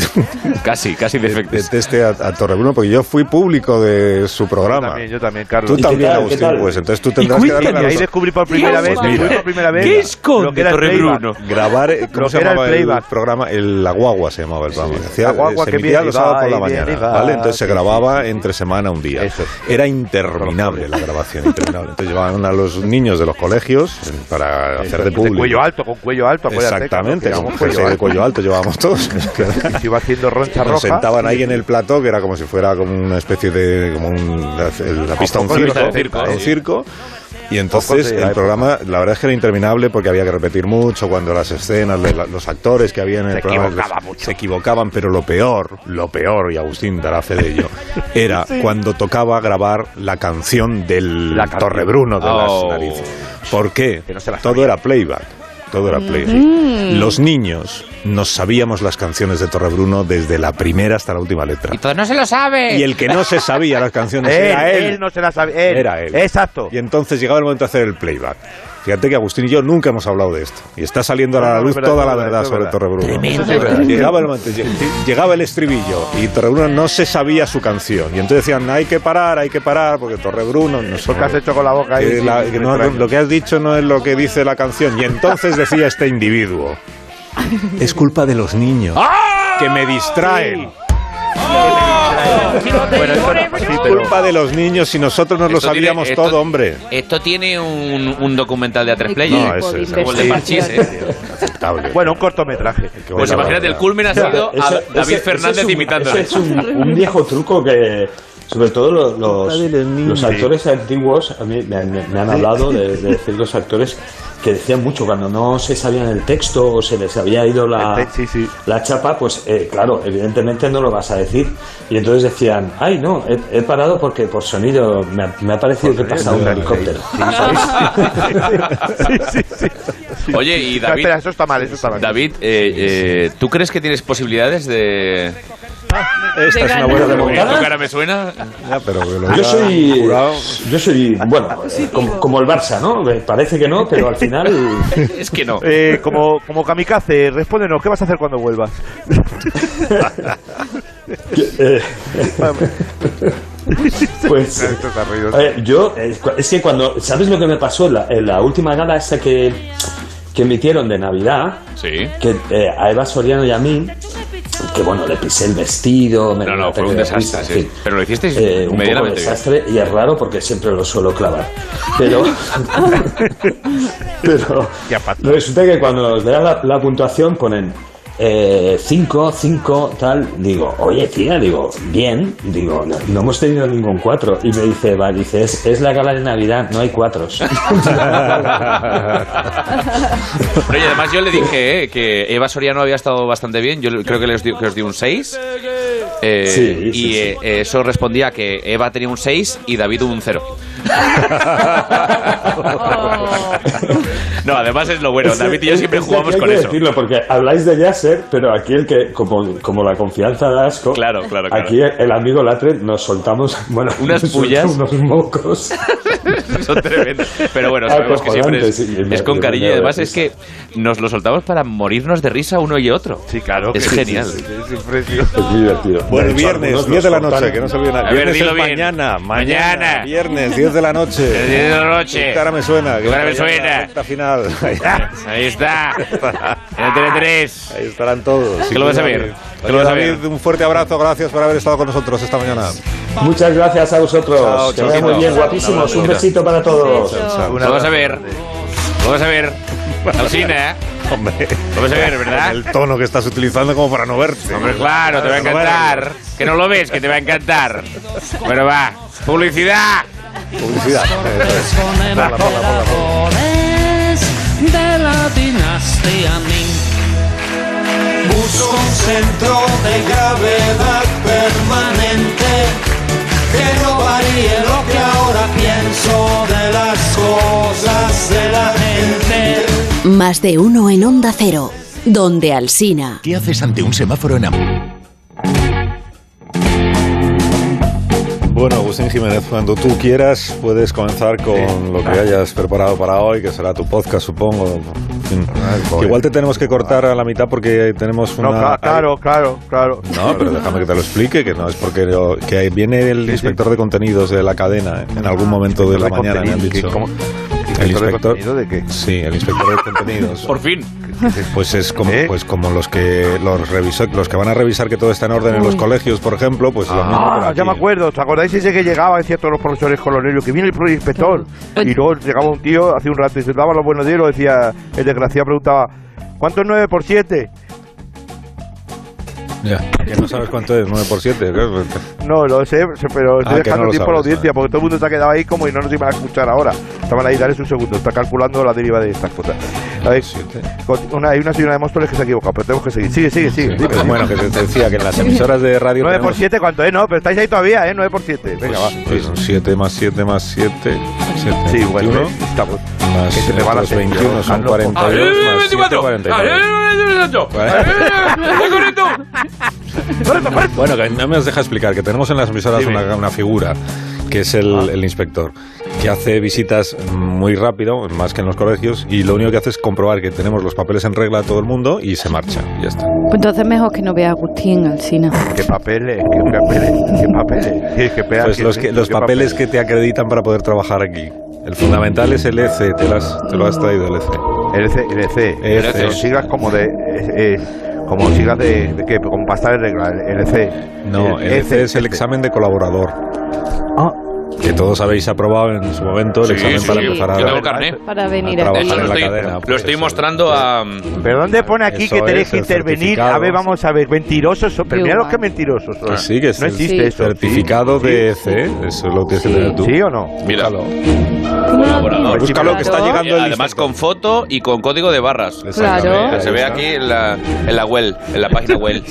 Speaker 8: casi, casi defectes.
Speaker 1: deteste a, a Torrebruno porque yo fui público de su programa.
Speaker 3: Yo también, yo también, Carlos.
Speaker 1: Tú también, Agustín, pues entonces tú tendrás
Speaker 3: Y
Speaker 1: que darle la
Speaker 3: cuídate, ahí
Speaker 1: razón.
Speaker 3: descubrí por primera vez, descubrí por primera vez lo que era el playback.
Speaker 1: Grabar, eh, ¿cómo
Speaker 3: Lo
Speaker 1: se
Speaker 3: que era
Speaker 1: llamaba
Speaker 3: el
Speaker 1: el,
Speaker 3: playback.
Speaker 1: programa? El, la guagua se llamaba el programa. Hacía-
Speaker 3: La guagua
Speaker 1: se
Speaker 3: que
Speaker 1: emitía
Speaker 3: viene y
Speaker 1: los sábados
Speaker 3: va,
Speaker 1: por la
Speaker 3: y viene
Speaker 1: mañana,
Speaker 3: y va.
Speaker 1: ¿vale? Entonces se
Speaker 3: Sí, sí,
Speaker 1: grababa entre semana un día. Era interminable la grabación, interminable. Entonces llevaban a los niños de los colegios eh, para hacer de público.
Speaker 3: cuello alto, con cuello alto, acuérdate.
Speaker 1: Exactamente,
Speaker 3: Carlos, que
Speaker 1: era un
Speaker 3: llevamos cuello
Speaker 1: jersey de
Speaker 3: alto.
Speaker 1: cuello alto llevábamos todos.
Speaker 3: Y se iba haciendo roncha
Speaker 1: Nos
Speaker 3: roja.
Speaker 1: sentaban ahí en el plató, que era como si fuera como una especie de. como un- la, la pista de un
Speaker 3: Como
Speaker 1: circo.
Speaker 3: pista de circo,
Speaker 1: un
Speaker 3: sí.
Speaker 1: circo. Y entonces
Speaker 3: de la
Speaker 1: el
Speaker 3: época.
Speaker 1: programa, la verdad es que era interminable porque había que repetir mucho cuando las escenas, de la- los actores que habían en el
Speaker 3: Se
Speaker 1: programa
Speaker 3: equivocaba
Speaker 1: les- se equivocaban, pero lo peor, lo peor, y Agustín dará fe de ello, era
Speaker 3: Sí.
Speaker 1: cuando tocaba grabar la canción del
Speaker 3: La canción.
Speaker 1: Torrebruno de
Speaker 3: Oh.
Speaker 1: las narices. ¿Por qué?
Speaker 3: se la
Speaker 1: Todo era playback. Todo era playback.
Speaker 3: Mm.
Speaker 1: Los niños nos sabíamos las canciones de Torrebruno desde la primera hasta la última letra.
Speaker 17: No se lo sabe.
Speaker 1: Y el que no se sabía las canciones
Speaker 3: Él,
Speaker 1: era él.
Speaker 3: él no se la sabía. Él.
Speaker 1: Era él.
Speaker 3: Exacto.
Speaker 1: Y entonces llegaba el momento de hacer el playback. Fíjate que Agustín y yo nunca hemos hablado de esto. Y está saliendo a
Speaker 3: No,
Speaker 1: la
Speaker 3: no,
Speaker 1: luz
Speaker 3: es verdad,
Speaker 1: toda
Speaker 3: es
Speaker 1: la
Speaker 3: verdad,
Speaker 1: verdad
Speaker 3: es
Speaker 1: sobre
Speaker 3: verdad.
Speaker 1: Torrebruno.
Speaker 3: Tremendo. Eso sí es verdad.
Speaker 1: Llegaba, el momento- lle- llegaba el estribillo y Torrebruno no se sabía su canción. Y entonces decían, hay que parar, hay que parar, porque Torrebruno... Nosotros,
Speaker 3: has hecho con la boca ahí?
Speaker 1: que
Speaker 3: Sí,
Speaker 1: la-
Speaker 3: sí,
Speaker 1: que
Speaker 3: me
Speaker 1: no-
Speaker 3: extraña.
Speaker 1: lo que has dicho no es lo que dice la canción. Y entonces decía este individuo, "Ah, es culpa de los niños, que me distraen.
Speaker 3: Bueno, esto no- sí, pero-
Speaker 1: culpa de los niños si nosotros nos lo
Speaker 8: Esto tiene-
Speaker 1: sabíamos
Speaker 8: esto-
Speaker 1: todo, hombre.
Speaker 8: Esto tiene un, un documental de A3 Player.
Speaker 1: No, ese es
Speaker 8: como el de Parchís, ¿eh?
Speaker 3: Bueno, un cortometraje.
Speaker 8: Pues imagínate, el culmen ha sido a
Speaker 15: Eso-
Speaker 8: David
Speaker 15: ese-
Speaker 8: Fernández
Speaker 15: ese es un-
Speaker 8: imitando.
Speaker 15: ese es un, un viejo truco que, sobre todo lo- los, los actores antiguos, a mí me, me- me han hablado de, de ciertos actores que decían mucho cuando no se sabían el texto o se les había ido la, la chapa, pues eh, claro, evidentemente no lo vas a decir. Y entonces decían, ay no, he, he parado porque por sonido me ha, me ha parecido que pasaba un helicóptero.
Speaker 8: Oye, y
Speaker 3: No,
Speaker 8: David.
Speaker 3: espera, eso está mal, eso está mal.
Speaker 8: David, eh, eh, ¿tú crees que tienes posibilidades de.
Speaker 1: Esta es una buena
Speaker 8: ¿Tu
Speaker 1: pregunta.
Speaker 8: cara me suena?
Speaker 15: Yo
Speaker 8: Ah,
Speaker 15: soy, yo soy, bueno, eh, como, como el Barça, ¿no? Eh, Parece que no, pero al final...
Speaker 8: Es que no.
Speaker 3: Eh, como, como kamikaze, respóndenos, ¿qué vas a hacer cuando vuelvas? Eh,
Speaker 15: Pues, eh, yo, eh, cu- es que cuando, ¿sabes lo que me pasó en la, en la última gala esa que, que emitieron de Navidad?
Speaker 8: Sí.
Speaker 15: Que eh, a Eva Soriano y a mí, que bueno, le pisé el vestido, me
Speaker 8: No, no, fue un desastre, sí. Pero lo hicisteis
Speaker 15: Eh, un poco
Speaker 8: medianamente bien.
Speaker 15: desastre y es raro porque siempre lo suelo clavar. Pero, pero resulta que cuando nos dan la, la puntuación ponen 5, 5, tal. Digo, oye, tía, digo, bien. Digo, no, no hemos tenido ningún 4. Y me dice, va, dice, es, es la gala de Navidad, no hay cuatros.
Speaker 8: Pero oye, además yo le dije eh, que Eva Soriano había estado bastante bien. Yo creo que, les di, que os di un 6. Eh,
Speaker 15: Sí,
Speaker 8: y eh, eso respondía que Eva tenía un 6 y David un 0. No, además es lo bueno.
Speaker 15: Ese-
Speaker 8: David y yo siempre
Speaker 15: es que
Speaker 8: jugamos
Speaker 15: hay
Speaker 8: con
Speaker 15: que
Speaker 8: eso.
Speaker 15: decirlo, porque habláis de Yasser, pero aquí el que, como, como la confianza da asco,
Speaker 8: claro.
Speaker 15: aquí el amigo Latre nos soltamos, bueno,
Speaker 8: Unas
Speaker 15: nos
Speaker 8: pullas.
Speaker 15: soltamos unos mocos.
Speaker 8: Son tremendos. Pero bueno, sabemos que siempre
Speaker 15: Acojonante, Ah,
Speaker 8: es,
Speaker 15: pues, sí, me-
Speaker 8: es con
Speaker 15: me
Speaker 8: cariño. Y
Speaker 15: muero de
Speaker 8: además es que nos lo soltamos para morirnos de risa uno y otro. Sí, claro. Es
Speaker 15: que sí,
Speaker 8: genial.
Speaker 15: sí,
Speaker 3: Es
Speaker 15: divertido.
Speaker 1: Bueno, el
Speaker 15: De hecho,
Speaker 1: viernes,
Speaker 15: algunos
Speaker 1: 10 de la
Speaker 15: los
Speaker 1: noche,
Speaker 15: cortaron.
Speaker 1: que no se olvide nada.
Speaker 8: A ver,
Speaker 1: Viernes
Speaker 8: dilo
Speaker 1: es
Speaker 8: bien.
Speaker 1: mañana, mañana,
Speaker 8: Mañana.
Speaker 1: Viernes, 10 de la noche.
Speaker 8: 10 de la noche.
Speaker 1: Tu cara me suena. que
Speaker 8: Tu cara
Speaker 1: ya
Speaker 8: me
Speaker 1: es
Speaker 8: suena.
Speaker 1: La recta final.
Speaker 8: Ahí está. El 3
Speaker 1: Ahí estarán todos.
Speaker 8: Que lo vas a ver,
Speaker 1: Oye,
Speaker 8: que lo vas a
Speaker 1: David, un fuerte abrazo. Gracias por haber estado con nosotros esta mañana.
Speaker 15: Muchas gracias a vosotros.
Speaker 1: Chao,
Speaker 15: que vaya
Speaker 1: chao.
Speaker 15: muy bien,
Speaker 1: Chao,
Speaker 15: guapísimos.
Speaker 1: chao,
Speaker 15: Un
Speaker 1: chao.
Speaker 15: besito para todos.
Speaker 8: Lo vas a ver. Lo vas a ver. Alcina, ¿eh?
Speaker 1: Hombre.
Speaker 8: Lo vas a ver, ¿verdad?
Speaker 1: El tono que estás utilizando como para no verte.
Speaker 8: Hombre, claro, te va a encantar. Que no lo ves, que te va a encantar. Bueno, va. Publicidad.
Speaker 1: Publicidad.
Speaker 16: Ponla, de la dinastía Ming. Busco un centro de gravedad permanente que no varíe lo que ahora pienso de las cosas de la gente.
Speaker 14: Más de uno en Onda Cero, donde Alsina.
Speaker 18: ¿Qué haces ante un semáforo en am-
Speaker 1: Bueno, Agustín Jiménez, cuando tú quieras puedes comenzar con lo
Speaker 3: Ah.
Speaker 1: que hayas preparado para hoy, que será tu podcast, supongo. En fin, que igual te tenemos que cortar a la mitad porque tenemos
Speaker 3: No,
Speaker 1: una...
Speaker 3: cla- claro, claro, claro.
Speaker 1: No, pero déjame que te lo explique, que no es porque yo- que ahí viene el inspector de contenidos de la cadena en algún momento de la
Speaker 3: Ah, de
Speaker 1: mañana, me han
Speaker 3: contenidos,
Speaker 1: dicho.
Speaker 3: ¿qué- cómo? ¿Inspector
Speaker 1: ¿El
Speaker 3: de
Speaker 1: inspector
Speaker 3: contenido de qué?
Speaker 1: Sí, el inspector de contenidos.
Speaker 8: Por fin.
Speaker 1: Pues es como,
Speaker 3: ¿Eh?
Speaker 1: pues como los que los reviso- los que van a revisar que todo está en orden en los colegios, por ejemplo, pues lo mismo.
Speaker 3: Ah, ya me acuerdo, ¿os acordáis ese que llegaba, decía todos los profesores colonelio, que viene el inspector? Y luego llegaba un tío hace un rato y se daba los buenos días y lo decía, el desgraciado preguntaba, ¿cuánto es 9 por 7?
Speaker 1: Ya. Que no sabes cuánto es, 9 por 7.
Speaker 3: No, lo sé, sé, pero estoy
Speaker 1: Ah, que
Speaker 3: dejando
Speaker 1: no lo
Speaker 3: tiempo a la
Speaker 1: sabes,
Speaker 3: audiencia porque todo el mundo se ha quedado ahí como y no nos iban a escuchar ahora. Estaban ahí, dale un segundo, está calculando la deriva de estas cosas. A ver, con- una, hay una señora de Móstoles que se ha equivocado, pero tenemos que seguir. Sigue, sigue, sigue.
Speaker 1: Sí. Bueno, que te- te decía que en las emisoras de radio
Speaker 3: 9 por
Speaker 1: tenemos-
Speaker 3: 7, ¿cuánto es? No, pero estáis ahí todavía, ¿eh? 9 por 7. Venga, va.
Speaker 1: Pues son 7 más 7 más 7.
Speaker 3: Sí, bueno, estamos.
Speaker 1: Más
Speaker 3: que se me va la
Speaker 1: otros
Speaker 3: señal,
Speaker 1: 21 son
Speaker 3: Carlos.
Speaker 1: 42.
Speaker 3: Ahí,
Speaker 1: Más 7, 49. Bueno, que no me os deja explicar que tenemos en las emisoras una, una figura que es el,
Speaker 3: Ah.
Speaker 1: el inspector, que hace visitas muy rápido, más que en los colegios, y lo único que hace es comprobar que tenemos los papeles en regla a todo el mundo y se marcha. y Ya está.
Speaker 13: Pues entonces mejor que no vea a Agustín Alcina.
Speaker 3: ¿Qué papeles? ¿Qué papeles? ¿Qué papeles? ¿Qué, qué peda-
Speaker 1: Pues
Speaker 3: qué-
Speaker 1: los, que-
Speaker 3: qué-
Speaker 1: los
Speaker 3: qué
Speaker 1: papeles que te acreditan para poder trabajar aquí. El fundamental es el EC, te lo has, te lo has traído el E EC.
Speaker 3: El EC, el EC.
Speaker 1: EC.
Speaker 3: Pero sigas como de. eh, eh, como sigas de. ¿De qué? Con pasta de regla, el EC.
Speaker 1: No, el
Speaker 3: E
Speaker 1: EC es el examen de colaborador. Que todos habéis aprobado en su momento el
Speaker 8: Sí,
Speaker 1: examen
Speaker 8: sí,
Speaker 1: para
Speaker 8: sí.
Speaker 1: empezar a,
Speaker 8: Yo tengo el carné.
Speaker 13: Para venir
Speaker 1: a trabajar
Speaker 8: Eso
Speaker 1: en
Speaker 8: lo
Speaker 1: la
Speaker 8: estoy,
Speaker 1: cadena.
Speaker 8: lo estoy mostrando a...
Speaker 3: ¿Pero dónde pone aquí
Speaker 1: Eso
Speaker 3: que tenéis
Speaker 1: es,
Speaker 3: que
Speaker 1: el
Speaker 3: intervenir?
Speaker 1: certificado.
Speaker 3: A ver, vamos a ver, mentirosos son. Pero
Speaker 1: Qué
Speaker 3: mirad los
Speaker 1: guay.
Speaker 3: que mentirosos son.
Speaker 1: Que Pues sí, que es
Speaker 3: no
Speaker 1: el
Speaker 3: existe eso.
Speaker 1: certificado
Speaker 3: Sí,
Speaker 1: de
Speaker 3: sí.
Speaker 1: EC, eso lo tienes que
Speaker 3: Sí.
Speaker 1: tener tú.
Speaker 3: ¿Sí o no?
Speaker 8: Mira.
Speaker 1: Colaborador. Búscalo, que está llegando el
Speaker 8: Además con foto y con código de barras.
Speaker 13: Claro.
Speaker 8: Se ve aquí en la, en la UEL, en la página UEL.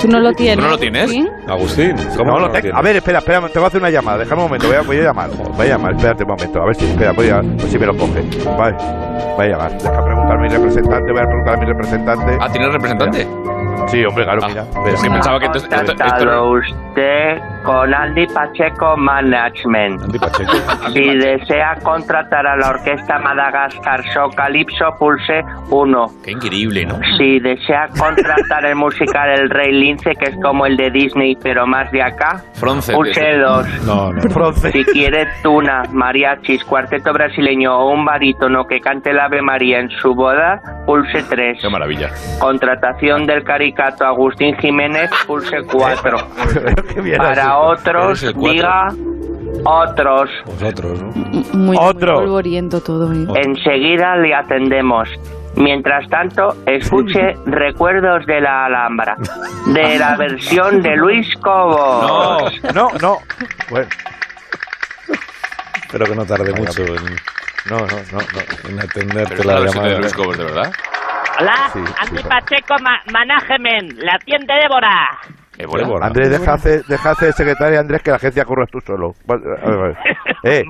Speaker 13: ¿Tú no lo tienes?
Speaker 8: ¿Tú no lo tienes?
Speaker 13: Agustín?
Speaker 1: Agustín,
Speaker 3: ¿cómo no lo tengo? A ver, espera, espera, te voy a hacer una llamada. Déjame un momento, voy a, voy a llamar. Voy a llamar, espérate un momento. A ver si, espera, voy a, a ver si me lo coge. Vale, voy a llamar. Deja preguntar a mi representante, voy a preguntar a mi representante.
Speaker 8: Ah, ¿tiene representante? Ah,
Speaker 3: Sí, hombre, claro, mira.
Speaker 8: es que pensaba que esto- esto- esto-
Speaker 17: Contactado usted con Andy Pacheco Management. Si desea contratar a la orquesta Madagascar Show Calypso, pulse 1.
Speaker 9: Qué increíble, ¿no?
Speaker 17: Si desea contratar el musical El Rey Lince, que es como el de Disney, pero más de acá,
Speaker 8: Fronce.
Speaker 17: pulse 2.
Speaker 1: No, no.
Speaker 17: Si quiere tuna, mariachis, cuarteto brasileño o un barítono que cante el Ave María en su boda, pulse 3.
Speaker 8: Qué maravilla.
Speaker 17: Contratación del caricato Agustín Jiménez, pulse 4.
Speaker 3: bien has
Speaker 17: Para
Speaker 3: hecho. Eres
Speaker 17: otros,
Speaker 3: el cuatro.
Speaker 17: diga otros.
Speaker 1: Vosotros, ¿no?
Speaker 13: Muy,
Speaker 17: Otro.
Speaker 13: muy polvoriento todo. ¿eh?
Speaker 17: Enseguida le atendemos. Mientras tanto, escuche Recuerdos de la Alhambra, de la versión de Luis Cobo.
Speaker 3: No, no. Bueno,
Speaker 1: Espero que no tarde mucho en,
Speaker 3: no, no, no, no.
Speaker 1: pues, en
Speaker 8: Pero
Speaker 1: atenderte
Speaker 8: es la
Speaker 1: la
Speaker 8: versión de
Speaker 1: llamada.
Speaker 8: Luis Cobos, de verdad.
Speaker 12: Hola,
Speaker 1: Sí,
Speaker 12: Andy
Speaker 1: sí.
Speaker 12: Pacheco Ma- Management, la tienda Débora.
Speaker 1: Débora.
Speaker 3: Andrés, deja hacer, deja hacer secretaria, Andrés, que la agencia corras tú solo. Vale, vale, vale. Eh,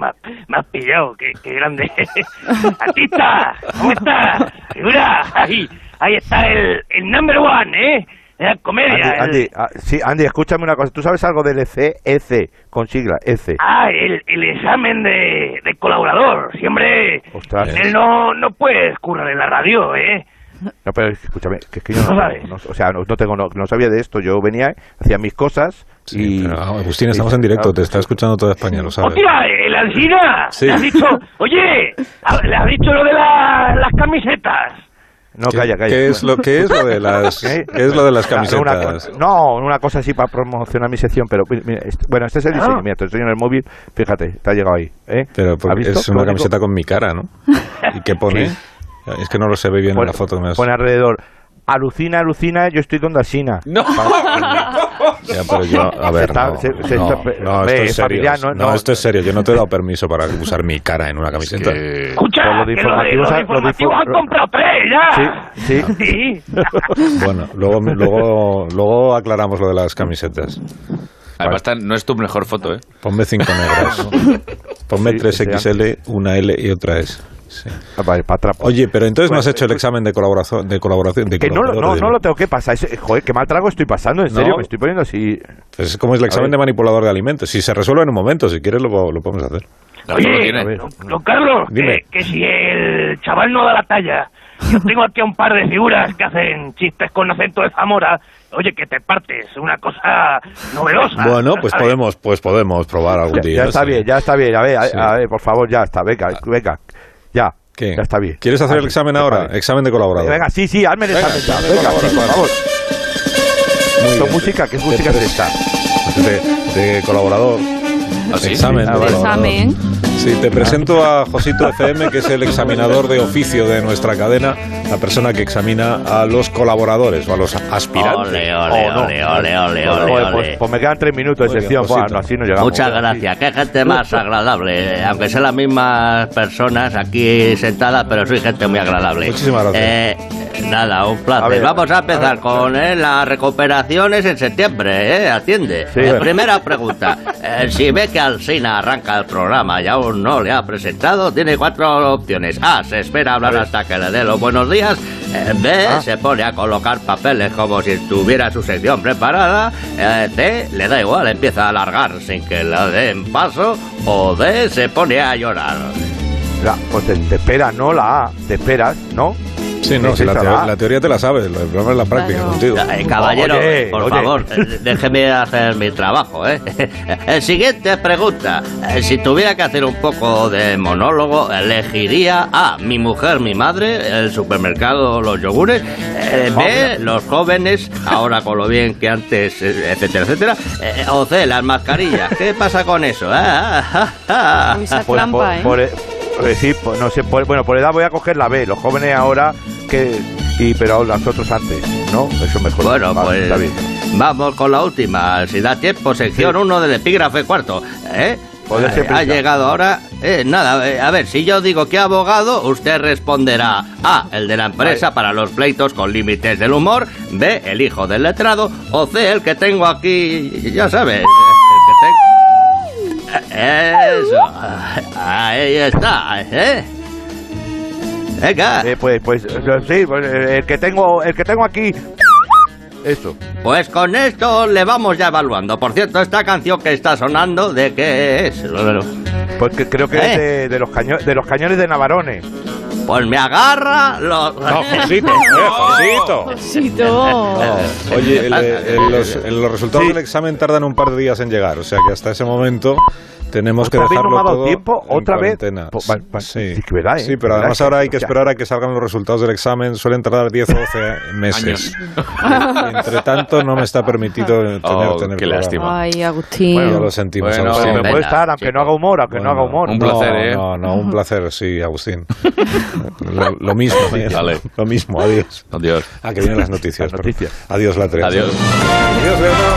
Speaker 12: Me has pillado, qué, qué grande. Artista, ¿cómo estás? Figura, ahí, ahí está el, el number one, ¿eh? De la comedia.
Speaker 3: Andy,
Speaker 12: el-
Speaker 3: Andy, ah, sí, Andy, escúchame una cosa. ¿Tú sabes algo del E EC? EC, con sigla, E EC.
Speaker 12: Ah, el, el examen de, de colaborador. Siempre,
Speaker 3: Ostras.
Speaker 12: él no, no puede escurrir en la radio, ¿eh?
Speaker 3: No, pero escúchame, que es que yo no,
Speaker 12: No sabes.
Speaker 3: no- o sea, no, no tengo, no, no sabía de esto. Yo venía, hacía mis cosas y...
Speaker 1: ah, Agustín, estamos en directo, te está escuchando toda España, lo sabes.
Speaker 12: Hostia, el eh, Alcina.
Speaker 1: Sí.
Speaker 12: Le has dicho, oye, a- le has dicho lo de la- las camisetas.
Speaker 3: No, calla, calla.
Speaker 1: ¿Qué es lo, qué es lo de las,
Speaker 3: ¿Qué?
Speaker 1: qué es lo de las
Speaker 3: Una
Speaker 1: camisetas?
Speaker 3: cosa- no, una cosa así para promocionar mi sección, pero mira, mira, este- bueno, este es el
Speaker 1: Ah.
Speaker 3: diseño, mira, te enseño en el móvil, fíjate, te ha llegado ahí. ¿eh?
Speaker 1: Pero
Speaker 3: ¿Has
Speaker 1: porque
Speaker 3: visto?
Speaker 1: es una
Speaker 3: Lo único-
Speaker 1: camiseta con mi cara, ¿no? ¿Y qué pone?
Speaker 3: Sí.
Speaker 1: Es que no lo se ve bien en
Speaker 3: Pone-
Speaker 1: la foto que me has-
Speaker 3: Pone alrededor, alucina, alucina, yo estoy con Dasina. No.
Speaker 1: Ya, pero yo, a ver,
Speaker 3: Está-
Speaker 1: no,
Speaker 3: se- se-
Speaker 1: no,
Speaker 3: se-
Speaker 1: no,
Speaker 3: ve,
Speaker 1: esto es serio.
Speaker 3: familiar, no-
Speaker 1: No,
Speaker 3: no.
Speaker 1: esto es serio. Yo no te he dado permiso para usar mi cara en una camiseta.
Speaker 12: Escucha,
Speaker 3: Pues
Speaker 12: que lo de- los informativos han comprado tres, ya.
Speaker 3: Sí,
Speaker 12: Sí.
Speaker 1: Ah. Bueno, luego, luego, luego aclaramos lo de las camisetas.
Speaker 8: Además, esta no es tu mejor foto, ¿eh?
Speaker 1: Ponme cinco negras. Ponme
Speaker 8: Sí,
Speaker 1: tres
Speaker 8: que sea.
Speaker 1: XL, una L y otra S. Sí.
Speaker 3: Ah, pues.
Speaker 1: Oye, pero entonces no has hecho el examen de colaboración. De colaboración de
Speaker 3: Que eh, pues. no, lo- no,
Speaker 1: colaboradores.
Speaker 3: no lo tengo que pasar. Es- joder, qué mal trago estoy pasando, en
Speaker 1: No.
Speaker 3: serio, me estoy poniendo así.
Speaker 1: Pues es como el examen de manipulador de alimentos. Si se resuelve en un momento, si quieres lo, po- lo podemos hacer.
Speaker 12: Oye, don, don Carlos,
Speaker 1: Dime.
Speaker 12: que, que si el chaval no da la talla, yo tengo aquí a un par de figuras que hacen chistes con acento de Zamora. Oye, que te partes, una cosa novedosa.
Speaker 1: Bueno, pues podemos, pues podemos probar algún
Speaker 3: Ya,
Speaker 1: día.
Speaker 3: ya
Speaker 1: no
Speaker 3: está
Speaker 1: sé.
Speaker 3: bien, ya está bien. A ver, a,
Speaker 1: Sí. Ah.
Speaker 3: a ver, por favor, ya está. Venga, venga. Ya.
Speaker 1: ¿Qué?
Speaker 3: Ya está bien.
Speaker 1: ¿Quieres hacer el
Speaker 3: Vale,
Speaker 1: examen ahora? Examen de colaborador.
Speaker 3: Venga, sí, sí, hazme el
Speaker 1: Venga,
Speaker 3: examen ya.
Speaker 1: hazme
Speaker 3: Venga,
Speaker 1: colaborador.
Speaker 3: sí, por favor.
Speaker 1: Muy
Speaker 3: ¿Qué
Speaker 1: bien.
Speaker 3: música? ¿Qué música es esta?
Speaker 1: De, de colaborador.
Speaker 8: ¿Ah, sí?
Speaker 1: Examen.
Speaker 8: Ah, vale.
Speaker 1: por favor.
Speaker 7: Examen.
Speaker 1: Sí, te presento a Josito FM, que es el examinador de oficio de nuestra cadena, la persona que examina a los colaboradores o a los aspirantes.
Speaker 3: Ole, ole,
Speaker 1: ¿O Oh, no?
Speaker 3: ole, ole, ole, ole,
Speaker 1: Joder,
Speaker 3: ole.
Speaker 1: pues-
Speaker 3: Pues me quedan tres minutos de
Speaker 1: Oiga,
Speaker 3: sección.
Speaker 1: Josito.
Speaker 3: Buah, no, así no llegamos.
Speaker 1: Muchas
Speaker 11: gracias. Qué gente más agradable. Eh, Aunque sean las mismas personas aquí sentadas, pero soy gente muy agradable.
Speaker 1: Muchísimas gracias.
Speaker 11: Eh, nada, un placer.
Speaker 1: A ver,
Speaker 11: Vamos a empezar con eh, las recuperaciones en septiembre. Eh, atiende.
Speaker 19: Sí,
Speaker 11: Eh,
Speaker 19: bueno.
Speaker 11: primera pregunta. Eh, si ve que Alsina arranca el programa y aún no le ha presentado, tiene cuatro opciones. A. Se espera hablar hasta que le dé los buenos días. Eh, B. Se pone a colocar papeles como si estuviera su sección preparada. Eh, C. Le da igual, empieza a alargar sin que le den paso. O D. Se pone a llorar.
Speaker 3: La- pues te, te esperas, ¿no? La A. Te esperas, ¿no?
Speaker 1: Sí, no,
Speaker 3: Es
Speaker 1: si la,
Speaker 3: esa,
Speaker 1: teo-
Speaker 3: A.
Speaker 1: la teoría te la sabes, el problema es la práctica contigo.
Speaker 11: Eh, caballero,
Speaker 1: Oye,
Speaker 11: por
Speaker 1: oye.
Speaker 11: favor, eh, déjeme hacer mi trabajo. ¿eh? El siguiente pregunta. Eh, Si tuviera que hacer un poco de monólogo, elegiría A. Mi mujer, mi madre, el supermercado, los yogures. eh, B. Los jóvenes, ahora con lo bien que antes, eh, etcétera, etcétera. eh, O C. Las mascarillas. ¿Qué pasa con eso? Ah, ah, ah.
Speaker 3: Pues por, por, eh, eh, sí, por- no sé, por- bueno, por edad voy a coger la B. Los jóvenes ahora que y pero nosotros antes, ¿no? Eso mejor.
Speaker 11: Bueno,
Speaker 3: Vale,
Speaker 11: pues
Speaker 3: está bien.
Speaker 11: vamos con la última. Si da tiempo, sección 1 del epígrafe cuarto. ¿eh?
Speaker 3: Joder, qué
Speaker 11: Eh,
Speaker 3: Pues
Speaker 11: ha
Speaker 3: prisa.
Speaker 11: llegado ahora. eh, nada, eh, a ver, si yo digo que abogado, usted responderá A, el de la empresa para los pleitos con límites del humor, B, el hijo del letrado, o C, el que tengo aquí, ya sabes, el que tengo. Eso, ahí está, ¿eh? Venga.
Speaker 3: Eh, pues, pues, eh, sí, pues, eh, el que tengo, el que tengo aquí. Eso.
Speaker 11: Pues con esto le vamos ya evaluando. Por cierto, esta canción que está sonando, ¿de qué es?
Speaker 3: Pues que creo que es de, de los caño- de los cañones de Navarone.
Speaker 11: Eh. Pues me agarra los.
Speaker 1: No, Josito, eh, Josito.
Speaker 3: Oh.
Speaker 1: No. Oye, el,
Speaker 3: Ah,
Speaker 1: eh, el- los, el- los resultados del examen tardan un par de días en llegar, o sea que hasta ese momento tenemos que
Speaker 3: ¿Otra vez no
Speaker 1: dejarlo
Speaker 3: me ha dado
Speaker 1: todo
Speaker 3: tiempo?
Speaker 1: en
Speaker 3: ¿Otra vez?
Speaker 1: cuarentena.
Speaker 3: Po- va- va-
Speaker 1: sí.
Speaker 3: sí que verdad, ¿eh?
Speaker 1: Sí, pero
Speaker 3: Verdad
Speaker 1: además
Speaker 3: que-
Speaker 1: ahora hay que
Speaker 3: o sea-
Speaker 1: esperar a que salgan los resultados del examen, suelen tardar 10 o 12 meses. Entre tanto, no me está permitido tener,
Speaker 8: Oh,
Speaker 1: tener
Speaker 8: qué
Speaker 1: programa.
Speaker 8: lástima.
Speaker 13: Ay, Agustín.
Speaker 1: Ya lo sentimos,
Speaker 8: Bueno,
Speaker 1: Agustín.
Speaker 8: hombre,
Speaker 3: Puede estar, aunque no haga humor, aunque no haga humor.
Speaker 1: No,
Speaker 8: placer, ¿eh?
Speaker 1: No, no, un placer, sí, Agustín. Lo, lo mismo, ¿eh?
Speaker 8: Vale.
Speaker 1: Lo mismo, adiós.
Speaker 8: Adiós.
Speaker 1: Ah, que vienen las noticias. perdón. Adiós, la 3.
Speaker 8: Adiós.